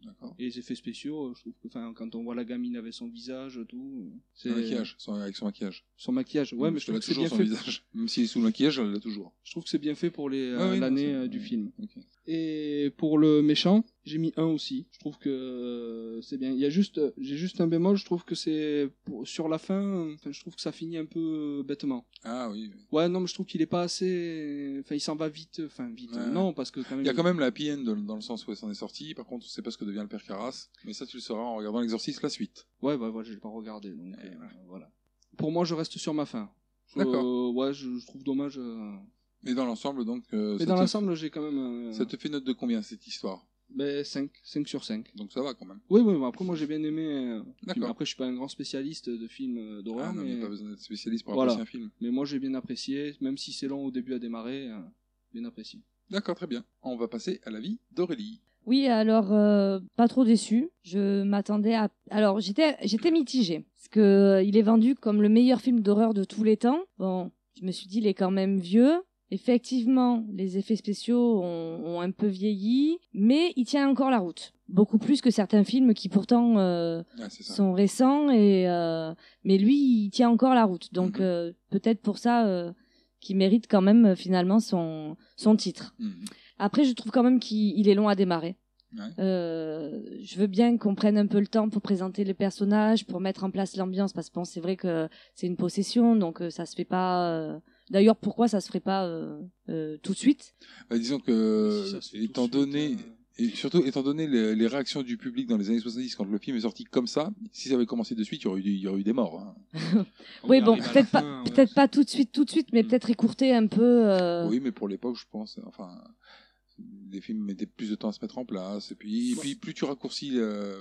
D'accord.
et les effets spéciaux, euh, je trouve que enfin, quand on voit la gamine avec son visage, tout. euh, C'est
Son maquillage, son- avec son maquillage.
Son maquillage, ouais, mais
Elle
je trouve
a
que c'est
toujours
bien
son
fait.
visage. <laughs> Même s'il est sous le maquillage, elle l'a toujours.
Je trouve que c'est bien fait pour les, euh,
Ouais, ouais, non,
l'année
c'est-
euh, du film.
Ok.
Et pour le méchant, j'ai mis un aussi. Je trouve que euh, c'est bien. Il y a juste, euh, j'ai juste un bémol. Je trouve que c'est pour- sur la fin. euh, enfin, je trouve que ça finit un peu euh, bêtement.
Ah oui. oui.
Ouais, non, mais je trouve qu'il est pas assez. Enfin, il s'en va vite. Enfin, vite.
Ouais.
Non, parce que quand même.
Il y a quand même la happy end dans le sens où elle s'en est sortie. Par contre, on sait pas ce que devient le père Carras. Mais ça, tu le sauras en regardant l'exorciste la suite.
Ouais, bah, ouais, je l'ai pas regardé. Donc,
Ouais,
euh,
voilà.
voilà. Pour moi, je reste sur ma fin. Je-
D'accord.
euh, ouais, je, je trouve dommage. euh,
Mais dans l'ensemble, donc. euh,
Mais
ça
dans
te-
l'ensemble, j'ai quand même. euh,
Ça te fait note de combien cette histoire
ben, 5, 5 sur 5.
Donc ça va quand même.
Oui, oui, bon, après, moi j'ai bien aimé. euh,
D'accord.
Après, je suis pas un grand spécialiste de films euh, d'horreur,
ah non, mais...
mais,
pas besoin d'être spécialiste pour
Voilà.
apprécier un film.
mais moi j'ai bien apprécié, même si c'est long au début à démarrer, euh, bien apprécié.
D'accord, très bien. On va passer à l'avis d'Aurélie.
Oui, alors euh, pas trop déçu. Je m'attendais à. Alors j'étais j'étais mitigée parce que euh, il est vendu comme le meilleur film d'horreur de tous les temps. Bon, je me suis dit il est quand même vieux. Effectivement, les effets spéciaux ont, ont un peu vieilli, mais il tient encore la route. Beaucoup plus que certains films qui pourtant euh,
Ah, c'est ça.
sont récents et euh, mais lui il tient encore la route. Donc
Mhm.
euh, peut-être pour ça euh, qu'il mérite quand même euh, finalement son son titre.
Mhm.
Après, je trouve quand même qu'il il est long à démarrer.
Ouais.
Euh, je veux bien qu'on prenne un peu le temps pour présenter les personnages, pour mettre en place l'ambiance, parce que bon, c'est vrai que c'est une possession, donc euh, ça se fait pas. euh, D'ailleurs, pourquoi ça se ferait pas euh, euh, tout de suite
Bah, disons que,
Si ça se fait tout de
étant
suite,
donné,
euh,
et surtout étant donné les, les réactions du public dans les années 70 quand le film est sorti comme ça, si ça avait commencé de suite, il y aurait eu, il y aurait eu des morts. hein.
on
Oui,
y
bon,
arrive à la
peut-être pas,
Ah
fin, ouais.
peut-être pas tout de suite, tout de suite, mais
Mm.
peut-être écourter un peu. euh,
Mhm. Oui, mais pour l'époque, je pense, enfin, les films mettaient plus de temps à se mettre en place. Et puis, et
Ouais.
puis plus tu raccourcis, euh,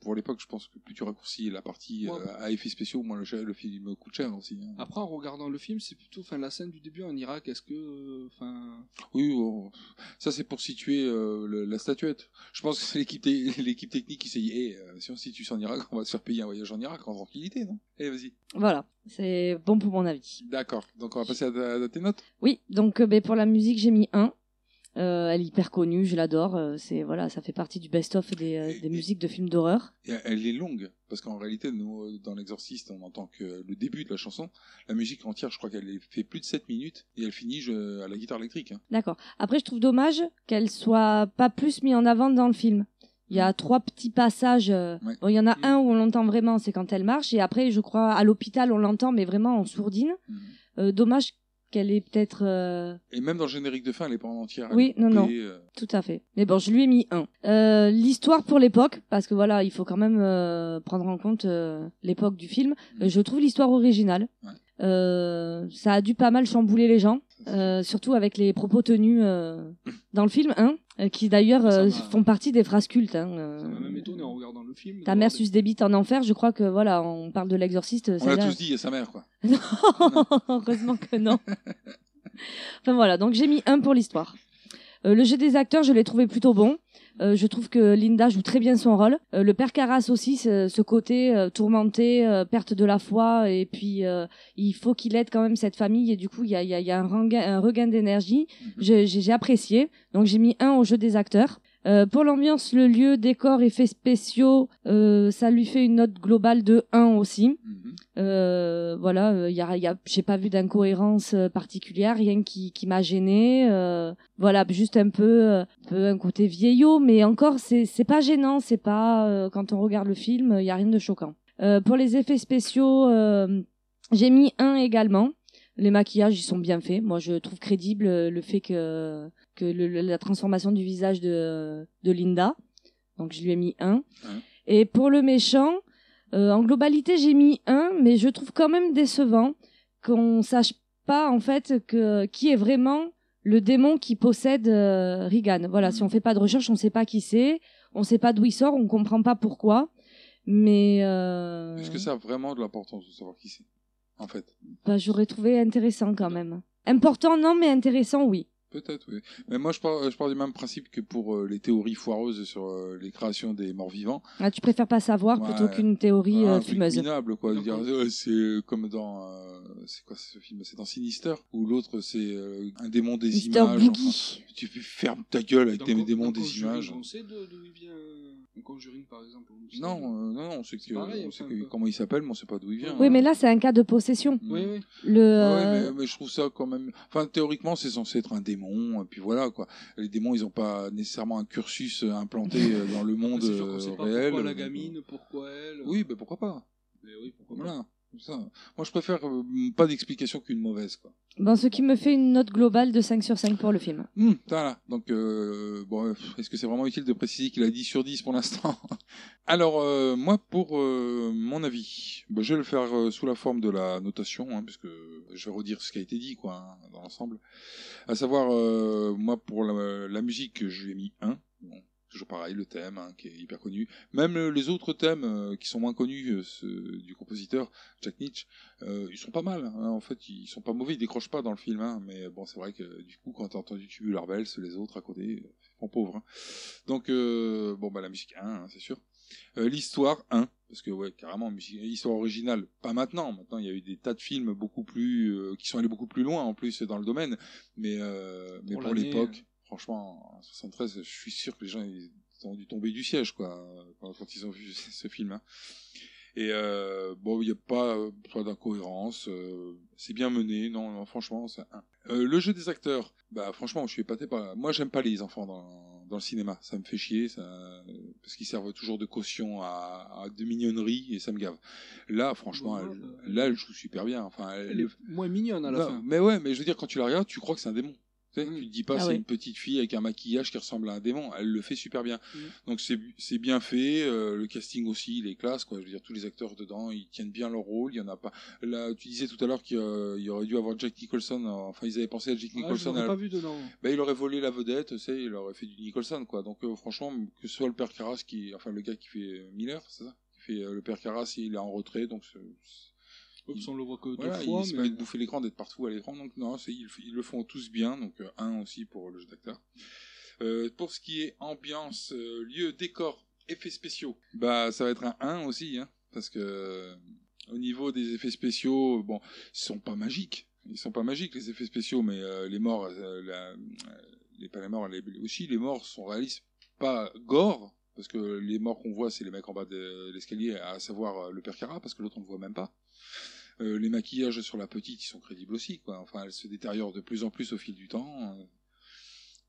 pour l'époque, je pense que plus tu raccourcis la partie
Ouais.
euh, à effets spéciaux, moins le, cher- le film coûte cher aussi. hein.
Après, en regardant le film, c'est plutôt enfin, la scène du début en Irak. Est-ce que. euh, Enfin.
Oui, on- ça c'est pour situer euh, le- la statuette. Je pense que c'est l'équipe te- <laughs> l'équipe technique qui s'est dit, Eh, euh, si on se situe en Irak, on va se faire payer un voyage en Irak en tranquillité, non Eh, vas-y.
Voilà, c'est bon pour mon avis.
D'accord, donc on va passer à, ta- à tes notes.
Oui, donc euh, ben, pour la musique, j'ai mis un. Euh, elle est hyper connue, je l'adore. euh, c'est voilà, ça fait partie du best-of des, euh, des musiques de films d'horreur.
Et elle est longue, parce qu'en réalité, nous, euh, dans L'Exorciste, on entend que le début de la chanson, la musique entière, je crois qu'elle est- fait plus de 7 minutes, et elle finit je- à la guitare électrique. hein.
D'accord. Après, je trouve dommage qu'elle soit pas plus mise en avant dans le film. Il y a trois petits passages. euh,
Ouais.
bon, il y en a
Mhm.
un où on l'entend vraiment, c'est quand elle marche. Et après, je crois, à l'hôpital, on l'entend, mais vraiment en sourdine.
Mhm.
Euh, dommage qu'elle est peut-être. euh,
Et même dans le générique de fin, elle est pas en entière. elle
Oui,
est
non, non.
coupée, euh,
Tout à fait. Mais bon, je lui ai mis un. Euh, L'histoire pour l'époque, parce que voilà, il faut quand même euh, prendre en compte euh, l'époque du film. Euh, je trouve l'histoire originale.
Ouais.
Euh, ça a dû pas mal chambouler les gens, euh, surtout avec les propos tenus euh, dans le film, hein, euh, qui d'ailleurs
Ça
euh,
m'a-
font partie des phrases cultes. Hein, euh.
Ça m'a même étonné en regardant le film.
Ta
de
mère
voir
suce des bites en enfer, je crois que voilà, on parle de l'exorciste. euh,
On l'a
celle-là-
tous dit, et sa mère, quoi.
<laughs> non, heureusement que non. Enfin voilà, donc j'ai mis un pour l'histoire. Euh, le jeu des acteurs, je l'ai trouvé plutôt bon. Euh, je trouve que Linda joue très bien son rôle. Euh, le père Carras aussi, ce, ce côté euh, tourmenté, euh, perte de la foi, et puis euh, il faut qu'il aide quand même cette famille, et du coup, il y a, il y a- il y a un rengain- un regain, d'énergie. Je- J'ai j'ai apprécié, donc j'ai mis un au jeu des acteurs. Euh, pour l'ambiance, le lieu, décor, effets spéciaux, euh, ça lui fait une note globale de 1 aussi.
Mm.
Euh, voilà, euh, y a, y a, j'ai pas vu d'incohérence euh, particulière, rien qui, qui m'a gêné. voilà, juste un peu, euh, un peu un côté vieillot, mais encore, c'est, c'est pas gênant, c'est pas euh, quand on regarde le film, il y a rien de choquant. Euh, pour les effets spéciaux, euh, j'ai mis un également. Les maquillages, ils sont bien faits. Moi, je trouve crédible euh, le fait que, que le- le- la transformation du visage de, de Linda. Donc, je lui ai mis un. Et pour le méchant, euh, en globalité, j'ai mis un, mais je trouve quand même décevant qu'on sache pas, en fait, que, qui est vraiment le démon qui possède euh, Regan. Voilà, si on fait pas de recherche, on sait pas qui c'est, on sait pas d'où il sort, on comprend pas pourquoi. Mais euh,
Est-ce que ça a vraiment de l'importance de savoir qui c'est En fait,
bah, j'aurais trouvé intéressant quand même. Important, non, mais intéressant, oui.
peut-être, oui. Mais moi, je pars, je pars du même principe que pour euh, les théories foireuses sur euh, les créations des morts vivants.
Ah, tu préfères pas savoir plutôt
Ouais.
qu'une théorie
Ouais,
euh,
un truc
fumeuse.
minable, quoi. de dire, euh, c'est euh, comme dans. euh, c'est quoi ce film C'est dans Sinister Ou l'autre, c'est euh, un démon des
Mr.
images.
Boogie.
enfin, tu fais- ferme ta gueule avec
Dans
tes
Con-
démons
dans
des
Conjuring,
images.
On sait d'o- d'où il vient un Conjuring par exemple. on sait-
Non, euh, non, on sait, que,
pareil,
on sait
enfin,
que- comment il s'appelle, mais on sait pas d'où il vient. hein. Mm.
Oui, mais là, c'est un cas de possession.
Oui,
Ah,
oui.
Le,
Ouais,
euh,
mais, mais je trouve ça quand même. Enfin, théoriquement, c'est censé être un démon, et puis voilà quoi. Les démons, ils n'ont pas nécessairement un cursus euh, implanté
<laughs>
euh, dans le monde
C'est sûr qu'on
euh,
sait pas
réel.
pourquoi la
euh,
gamine, pourquoi elle.
Oui, ben pourquoi pas.
Mais oui, pourquoi pas.
Voilà. comme ça. Moi, je préfère euh, pas d'explication qu'une mauvaise quoi.
bon, ce qui me fait une note globale de 5 sur 5 pour le film.
Hmm, voilà. Donc, euh, bon, euh, est-ce que c'est vraiment utile de préciser qu'il a 10 sur 10 pour l'instant <laughs> Alors, euh, moi, pour euh, mon avis, bah, je vais le faire euh, sous la forme de la notation, hein, puisque je vais redire ce qui a été dit, quoi, hein, dans l'ensemble. À savoir, euh, moi, pour la, la musique, je lui ai mis 1. Bon, toujours pareil, le thème, hein, qui est hyper connu. Même euh, les autres thèmes euh, qui sont moins connus euh, ceux du compositeur, Jack Nietzsche, euh, ils sont pas mal, hein, en fait, ils sont pas mauvais, ils décrochent pas dans le film, hein, mais bon, c'est vrai que du coup, quand t'as entendu Tubular Bells, les autres à côté, euh, sont pauvres. hein. Donc, euh, bon, bah la musique 1, hein, c'est sûr. Euh, L'histoire 1, parce que ouais, carrément, musique, histoire originale, pas maintenant, maintenant il y a eu des tas de films beaucoup plus, euh, qui sont allés beaucoup plus loin en plus dans le domaine, mais, euh, mais
Pour
pour
l'année,
l'époque, franchement, en 73, je suis sûr que les gens ils ont dû tomber du siège, quoi, quand, quand ils ont vu <laughs> ce film. hein. Et euh, bon, il n'y a pas, euh, pas d'incohérence, euh, c'est bien mené, non, non, franchement, c'est un. Euh, le jeu des acteurs, bah franchement, je suis épaté par. Moi, j'aime pas les enfants dans, dans le cinéma, ça me fait chier, ça... parce qu'ils servent toujours de caution à, à de mignonnerie et ça me gave. Là, franchement,
Bon,
elle- là, elle joue super bien. Enfin, elle-
Elle est moins mignonne à la
bah,
fin.
Mais ouais, mais je veux dire, quand tu la regardes, tu crois que c'est un démon. Tu, sais, tu te dis pas,
Ah
c'est
ouais.
une petite fille avec un maquillage qui ressemble à un démon. Elle le fait super bien.
Mm.
Donc c'est c'est bien fait. euh, le casting aussi, il est classe. Quoi. Je veux dire, tous les acteurs dedans, ils tiennent bien leur rôle. Il y en a pas. Là, tu disais tout à l'heure qu'il euh, il y aurait dû avoir Jack Nicholson. Enfin, ils avaient pensé à Jack
Ah, je
Nicholson.
l'aurais
à la-
pas vu dedans.
bah, il aurait volé la vedette, tu sais, il aurait fait du Nicholson, quoi. Donc, euh, franchement, que ce soit le père Carras qui, enfin, le gars qui fait euh, Miller, c'est ça, qui fait euh, le père Carras, il est en retrait, donc. c'est- c'est-
Oups, on le voit que deux
Voilà,
fois,
Il se
mais-
permet de bouffer l'écran, d'être partout à l'écran, donc non, c'est- ils, ils le font tous bien, donc euh, un aussi pour le jeu d'acteur. Euh, pour ce qui est ambiance, euh, lieu, décor, effets spéciaux, bah ça va être un 1 aussi, hein, parce que euh, au niveau des effets spéciaux, bon, ils sont pas magiques. Ils sont pas magiques les effets spéciaux, mais euh, les morts, euh, la- euh, les pas les morts, les, aussi les morts sont réalistes, pas gore, parce que les morts qu'on voit, c'est les mecs en bas de l'escalier, à savoir euh, le père Cara, parce que l'autre on le voit même pas. Euh, les maquillages sur la petite, ils sont crédibles aussi, quoi. Enfin, elle se détériore de plus en plus au fil du temps. euh,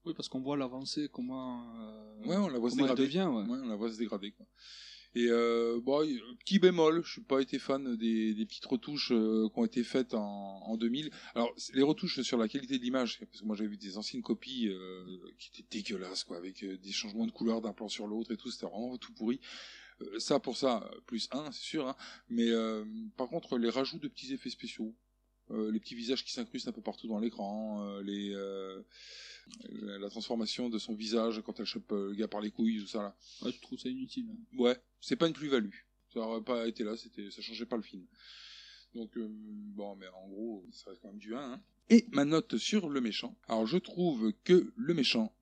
Oui, parce qu'on voit l'avancée, comment. euh,
Ouais, on la voit se
comment elle
dégrader.
devient, ouais.
Ouais, on la voit se dégrader. Quoi. Et euh, bon, y- petit bémol, je suis pas été fan des, des petites retouches euh, qui ont été faites en, en 2000. Alors c'est les retouches sur la qualité de l'image, parce que moi j'avais vu des anciennes copies euh, qui étaient dégueulasses, quoi, avec euh, des changements de couleur d'un plan sur l'autre et tout, c'était vraiment tout pourri. Euh, ça pour ça, euh, plus 1, c'est sûr. hein. Mais euh, par contre, les rajouts de petits effets spéciaux, euh, les petits visages qui s'incrustent un peu partout dans l'écran, euh, les euh, la la transformation de son visage quand elle chope euh, le gars par les couilles, tout Ah, ça là.
Ouais, je trouve ça inutile.
Ouais, c'est pas une plus-value. Ça aurait pas été là, c'était, ça changeait pas le film. Donc, euh, bon, mais en gros, ça reste quand même du 1. hein. Et ma note sur le méchant. Alors, je trouve que le méchant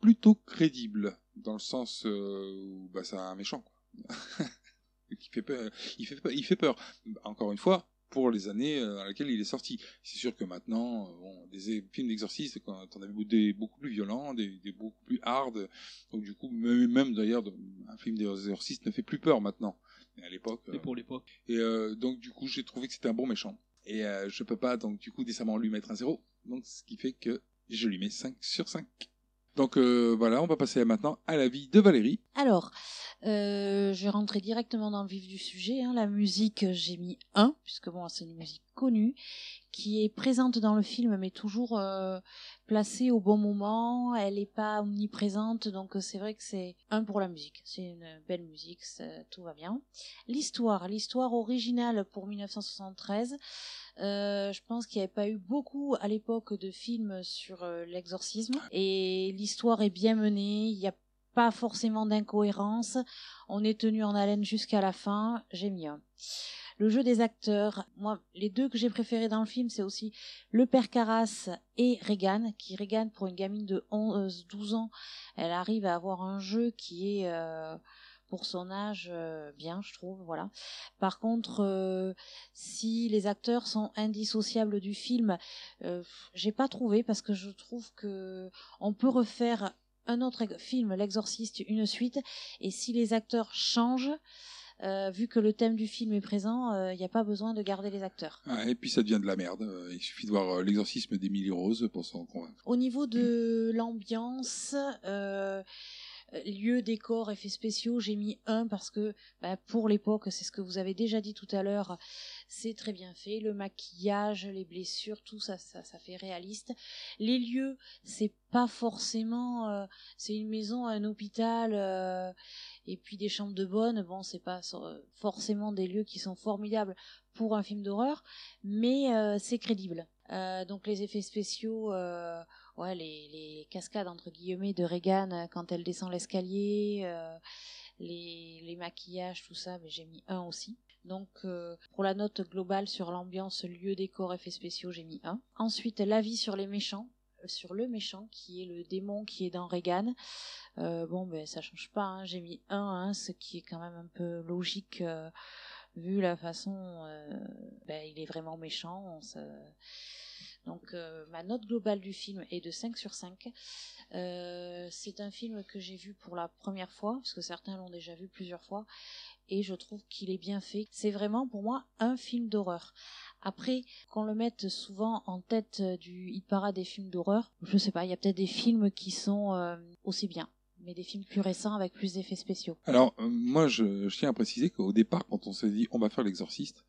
plutôt crédible, dans le sens euh, où bah, c'est un méchant. Quoi. <laughs> qui fait peur. Il, fait peur. il fait peur. Encore une fois, pour les années euh, dans lesquelles il est sorti. C'est sûr que maintenant, euh, bon, des é- films d'exorcisme, quand on avait des beaucoup plus violents, des, des beaucoup plus hard, donc du coup, même, même d'ailleurs, de- un film d'exorcisme ne fait plus peur maintenant. Mais à l'époque.
Et
euh,
pour l'époque.
et euh, donc du coup, j'ai trouvé que c'était un bon méchant. Et euh, je peux pas donc du coup décemment lui mettre un zéro. Donc ce qui fait que je lui mets 5 sur 5. Donc euh, voilà, on va passer maintenant à la vie de Valérie.
Alors, euh, je vais rentrer directement dans le vif du sujet. hein. La musique, euh, j'ai mis 1, puisque bon, c'est une musique connue, qui est présente dans le film, mais toujours euh, placée au bon moment. Elle n'est pas omniprésente, donc euh, c'est vrai que c'est 1 pour la musique. C'est une belle musique, ça- tout va bien. L'histoire, l'histoire originale pour 1973. Euh, je pense qu'il n'y avait pas eu beaucoup à l'époque de films sur euh, l'exorcisme. Et l'histoire est bien menée, il n'y a pas forcément d'incohérence. On est tenu en haleine jusqu'à la fin. J'ai mis un. Le jeu des acteurs, moi, les deux que j'ai préférés dans le film, c'est aussi le père Carras et Regan, qui Regan, pour une gamine de 11, 12 ans, elle arrive à avoir un jeu qui est, euh, pour son âge, euh, bien, je trouve, voilà. Par contre, euh, si les acteurs sont indissociables du film, euh, j'ai pas trouvé parce que je trouve que on peut refaire un autre ex- film, L'Exorciste, une suite, et si les acteurs changent, euh, vu que le thème du film est présent, il n'y a pas besoin de garder les acteurs.
Ah, et puis ça devient de la merde. Euh, Il suffit de voir euh, l'exorcisme d'Emily Rose pour s'en convaincre.
Au niveau de l'ambiance, euh, lieu, décor, effets spéciaux, j'ai mis un parce que bah, pour l'époque, c'est ce que vous avez déjà dit tout à l'heure, c'est très bien fait. Le maquillage, les blessures, tout ça, ça, ça fait réaliste. Les lieux, c'est pas forcément, euh, c'est une maison, un hôpital, euh, et puis des chambres de bonne. Bon, c'est pas euh, forcément des lieux qui sont formidables pour un film d'horreur, mais euh, c'est crédible. Euh, donc les effets spéciaux, euh, ouais, les, les cascades entre guillemets de Regan euh, quand elle descend l'escalier, euh, les, les maquillages, tout ça, mais j'ai mis un aussi. Donc euh, pour la note globale sur l'ambiance, lieu, décor, effets spéciaux, j'ai mis un. Ensuite l'avis sur les méchants, euh, sur le méchant qui est le démon qui est dans Regan. Euh, bon ben ça change pas, hein, j'ai mis un, hein, ce qui est quand même un peu logique. euh, vu la façon, euh, ben, il est vraiment méchant. on se- Donc euh, ma note globale du film est de 5 sur 5. Euh, c'est un film que j'ai vu pour la première fois, parce que certains l'ont déjà vu plusieurs fois, et je trouve qu'il est bien fait. C'est vraiment pour moi un film d'horreur. Après, qu'on le mette souvent en tête euh, du hit-parade des films d'horreur, je sais pas, il y a peut-être des films qui sont euh, aussi bien, mais des films plus récents avec plus d'effets spéciaux.
Alors, euh, moi, je, je tiens à préciser qu'au départ, quand on s'est dit on va faire l'exorciste,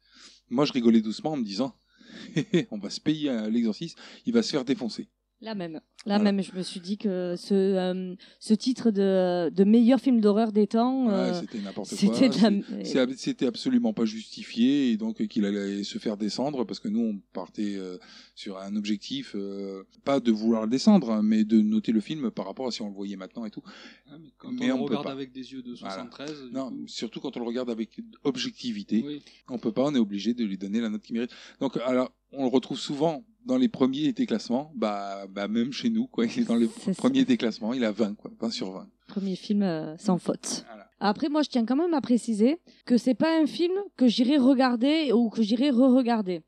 moi, je rigolais doucement en me disant <laughs> Hé, hé, on va se payer à l'exorciste, il va se faire défoncer.
La même. La même, je me suis dit que ce, euh, ce titre de, de meilleur film d'horreur des temps.
Ouais,
euh,
c'était n'importe quoi.
c'était de la-
C'est- c'est ab- C'était absolument pas justifié et donc euh, qu'il allait se faire descendre parce que nous on partait euh, sur un objectif euh, pas de vouloir le descendre hein, mais de noter le film par rapport à si on le voyait maintenant et tout.
Ah, mais quand
Mais
on,
on
le
peut
regarde
pas.
avec des yeux de
Voilà.
73, du
Non,
coup,
surtout quand on le regarde avec objectivité,
Oui.
on peut pas, on est obligé de lui donner la note qu'il mérite. Donc alors on le retrouve souvent dans les premiers des classements, bah, bah même chez nous quoi, il est dans les premiers des classements, il a 20 quoi, 20 sur 20.
Premier film euh, sans faute. Après, moi, je tiens quand même à préciser que c'est pas un film que j'irai regarder ou que j'irai re-regarder.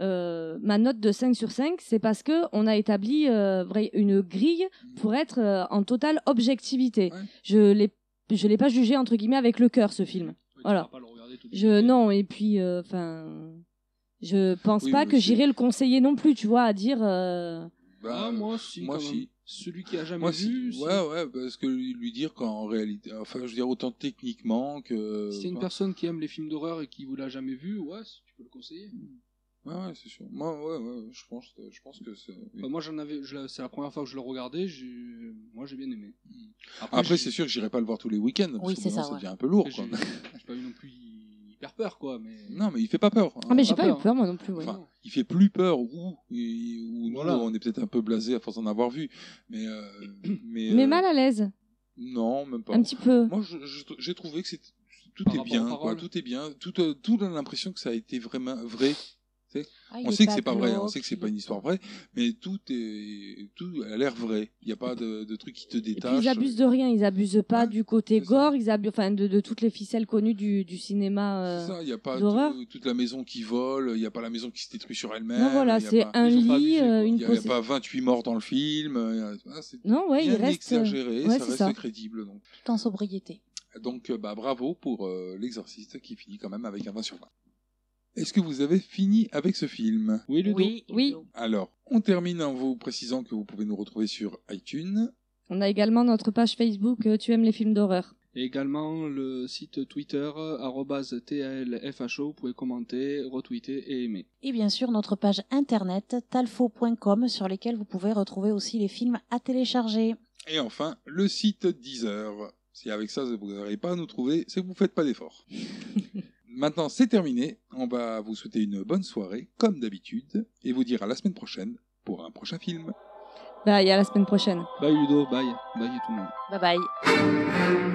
Euh, ma note de 5 sur 5, c'est parce que on a établi euh, vrai- une grille pour être euh, en totale objectivité. Je l'ai, je l'ai pas jugé entre guillemets avec le cœur ce film. voilà. Je non et puis euh, enfin, je pense
Oui,
pas
mais
que
c'est-
j'irai le conseiller non plus, tu vois, à dire. euh,
Bah,
Ah, moi si.
moi
quand
si.
même. Celui qui a jamais
Moi,
vu.
si.
si.
Ouais, ouais, parce que lui lui dire qu'en réalité, enfin, je veux dire, autant techniquement que.
Si c'est une
enfin,
personne qui aime les films d'horreur et qui vous l'a jamais vu, ouais, si tu peux le conseiller.
Ouais, ouais, c'est sûr. Moi, ouais, ouais, je pense, euh, je pense que c'est.
Enfin, Bah, moi, j'en avais, je l'ai- c'est la première fois que je le regardais. j'ai- Moi, j'ai bien aimé.
Mm. Après, c'est sûr que j'irai pas le voir tous les week-ends. parce
Oui,
que
c'est
maintenant,
ça, ouais.
devient un peu lourd, quoi.
<laughs> J'ai pas eu non plus hyper peur, quoi. Mais
<laughs> Non, mais il fait pas peur. hein.
Ah, mais j'ai pas, eu peur moi non plus. ouais.
Enfin, il fait plus peur ou, et- ou nous, on est peut-être un peu blasé à force d'en avoir vu. Mais. euh, mais,
mais
euh,
mal à l'aise.
Non, même pas.
Un petit peu.
Moi, je- je- j'ai trouvé que c'est- tout est bien, quoi. Tout est bien. Tout, euh, tout donne l'impression que ça a été vraiment vrai Tu sais,
Ah, il
on
est
sait que
pas
c'est pas vrai, on
glauque,
sait que c'est pas une histoire vraie, mais tout est, tout a l'air vrai. Il n'y a pas de, de truc qui te
Et puis
détache.
ils abusent de rien, ils abusent pas du côté gore, ils abusent enfin de, de toutes les ficelles connues du, du cinéma euh,
Ça, il n'y a pas
d'horreur.
tout- toute la maison qui vole, il n'y a pas la maison qui se détruit sur elle-même.
Non, voilà,
il y a
c'est
pas-
un
ils ont pas
lit,
abusé, quoi.
euh,
Il n'y a,
une
il y a
possé-
pas 28 morts dans le film. euh, ah, c'est
Non, ouais, il
bien
reste, euh,
exagéré, ça
ouais, c'est
reste
ça.
crédible. Donc,
tout en sobriété.
donc, euh, bah, bravo pour euh, l'exorciste qui finit quand même avec un 20 sur 20. Est-ce que vous avez fini avec ce film Oui, Ludo
Oui, Oui. Ludo.
Alors, on termine en vous précisant que vous pouvez nous retrouver sur iTunes.
euh, On a également notre page Facebook euh, Tu aimes les films d'horreur.
Et également le site Twitter, euh, arobase TLFHO, vous pouvez commenter, retweeter et aimer.
Et bien sûr, notre page internet talfo.com sur lesquelles vous pouvez retrouver aussi les films à télécharger.
Et enfin, le site Deezer. Si avec ça, vous n'arrivez pas à nous trouver, c'est que vous ne faites pas
<laughs>
d'efforts. Maintenant, c'est terminé. On va vous souhaiter une bonne soirée, comme d'habitude, et vous dire à la semaine prochaine pour un prochain film.
Bye, à Bah, la semaine prochaine.
Bye Ludo, bye, bye tout le monde.
Bye bye.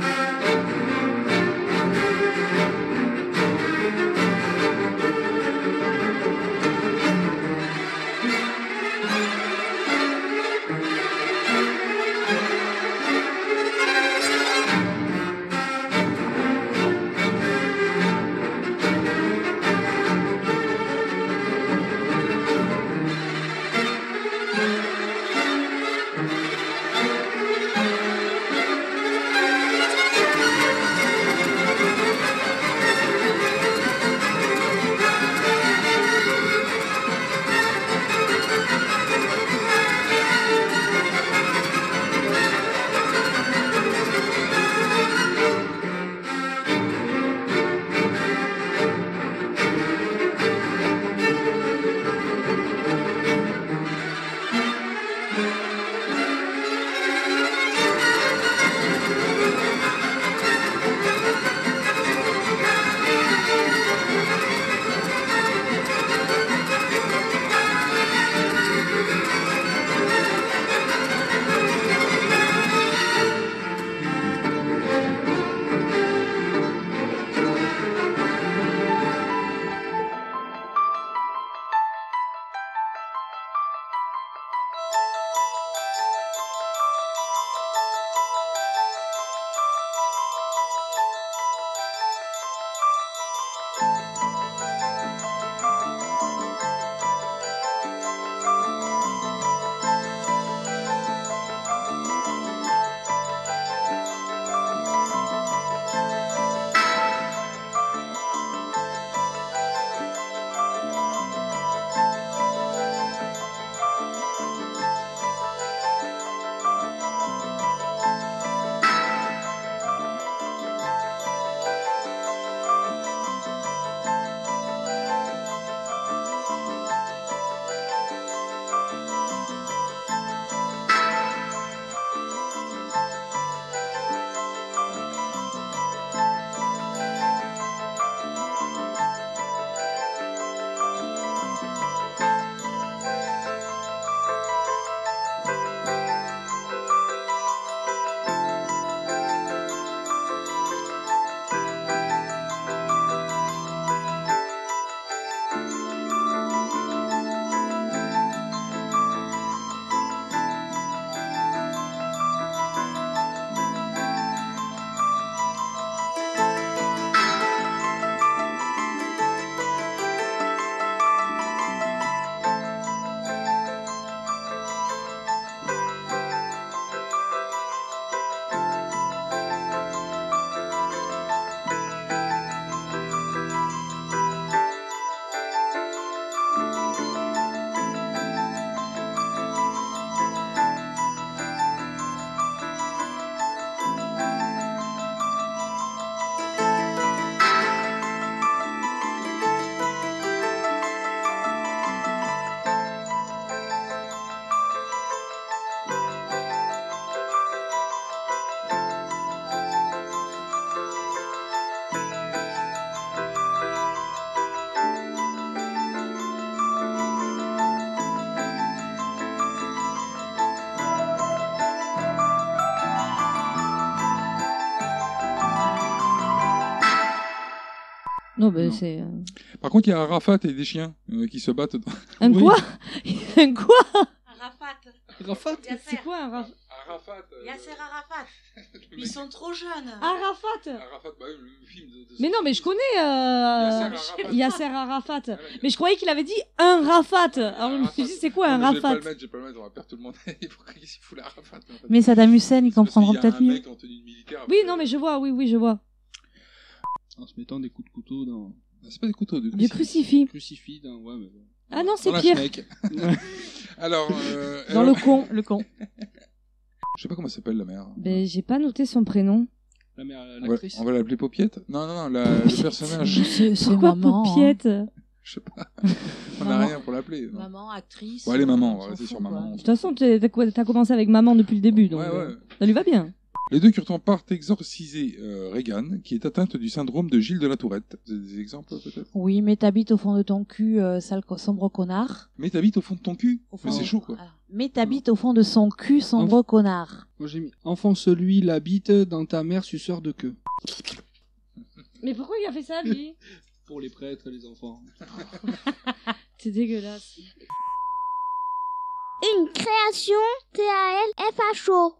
Thank you.
Non, mais c'est. euh,
Par contre, il y a Arafat et des chiens euh, qui se battent. dans-
Un
Oui.
quoi <laughs> Un quoi
Arafat.
Arafat
C'est quoi
un Arafat
Arafat. euh,
Yasser Arafat. Ils sont trop jeunes.
Ah,
Arafat
Arafat, bah, le film de.
Mais non, mais je connais euh,
Yasser
Yasser Arafat.
Ah,
Mais je croyais qu'il avait dit un Rafat. Alors je me suis dit, c'est quoi un
Non, Ah, mais Je vais pas
Rafat
le mettre, je vais pas le mettre, on va perdre tout le monde. <laughs> Pourquoi il s'y fout la Arafat en fait
Mais Saddam Hussein, ils comprendront
Parce qu'il y
peut-être mieux.
a un mec en tenue de militaire.
Oui, non, mais je vois, oui, oui, je vois.
En se mettant des coups de couteau dans.
Ah, C'est pas des couteaux, des
Des crucifix.
Crucifix dans. Ouais, mais bon.
Ah non, c'est
Dans la
pire.
Fnac. Alors. euh,
Dans
alors-
le con, le con.
Je sais pas comment s'appelle la mère.
Ben, j'ai pas noté son prénom.
La mère,
On va,
l'actrice.
Ah on va l'appeler Popiette Non, non, non, la- le
Ah,
personnage.
Pourquoi
hein.
Popiette
Je sais pas. On a
Maman.
rien pour l'appeler. non.
Maman, actrice.
Bon, allez, maman, on va rester sur maman.
De toute façon, t'es- t'as quoi- t'as commencé avec maman depuis le début, donc
Ouais, ouais.
euh, ça lui va bien.
Les deux curtans partent exorciser euh, Regan, qui est atteinte du syndrome de Gilles de la Tourette. Vous avez des exemples peut-être
Oui, mais t'habites au fond de ton cul, euh, sale co- sombre connard.
Mais t'habites au fond de ton cul
fond
Mais c'est
de-
chaud quoi.
Mais t'habites au fond de son cul, sombre connard.
Moi j'ai mis Enfant celui la bite dans ta mère suceur de queue.
Mais pourquoi il a fait ça, lui
Pour les prêtres et les enfants.
C'est dégueulasse.
Une création T-A-L-F-H-O.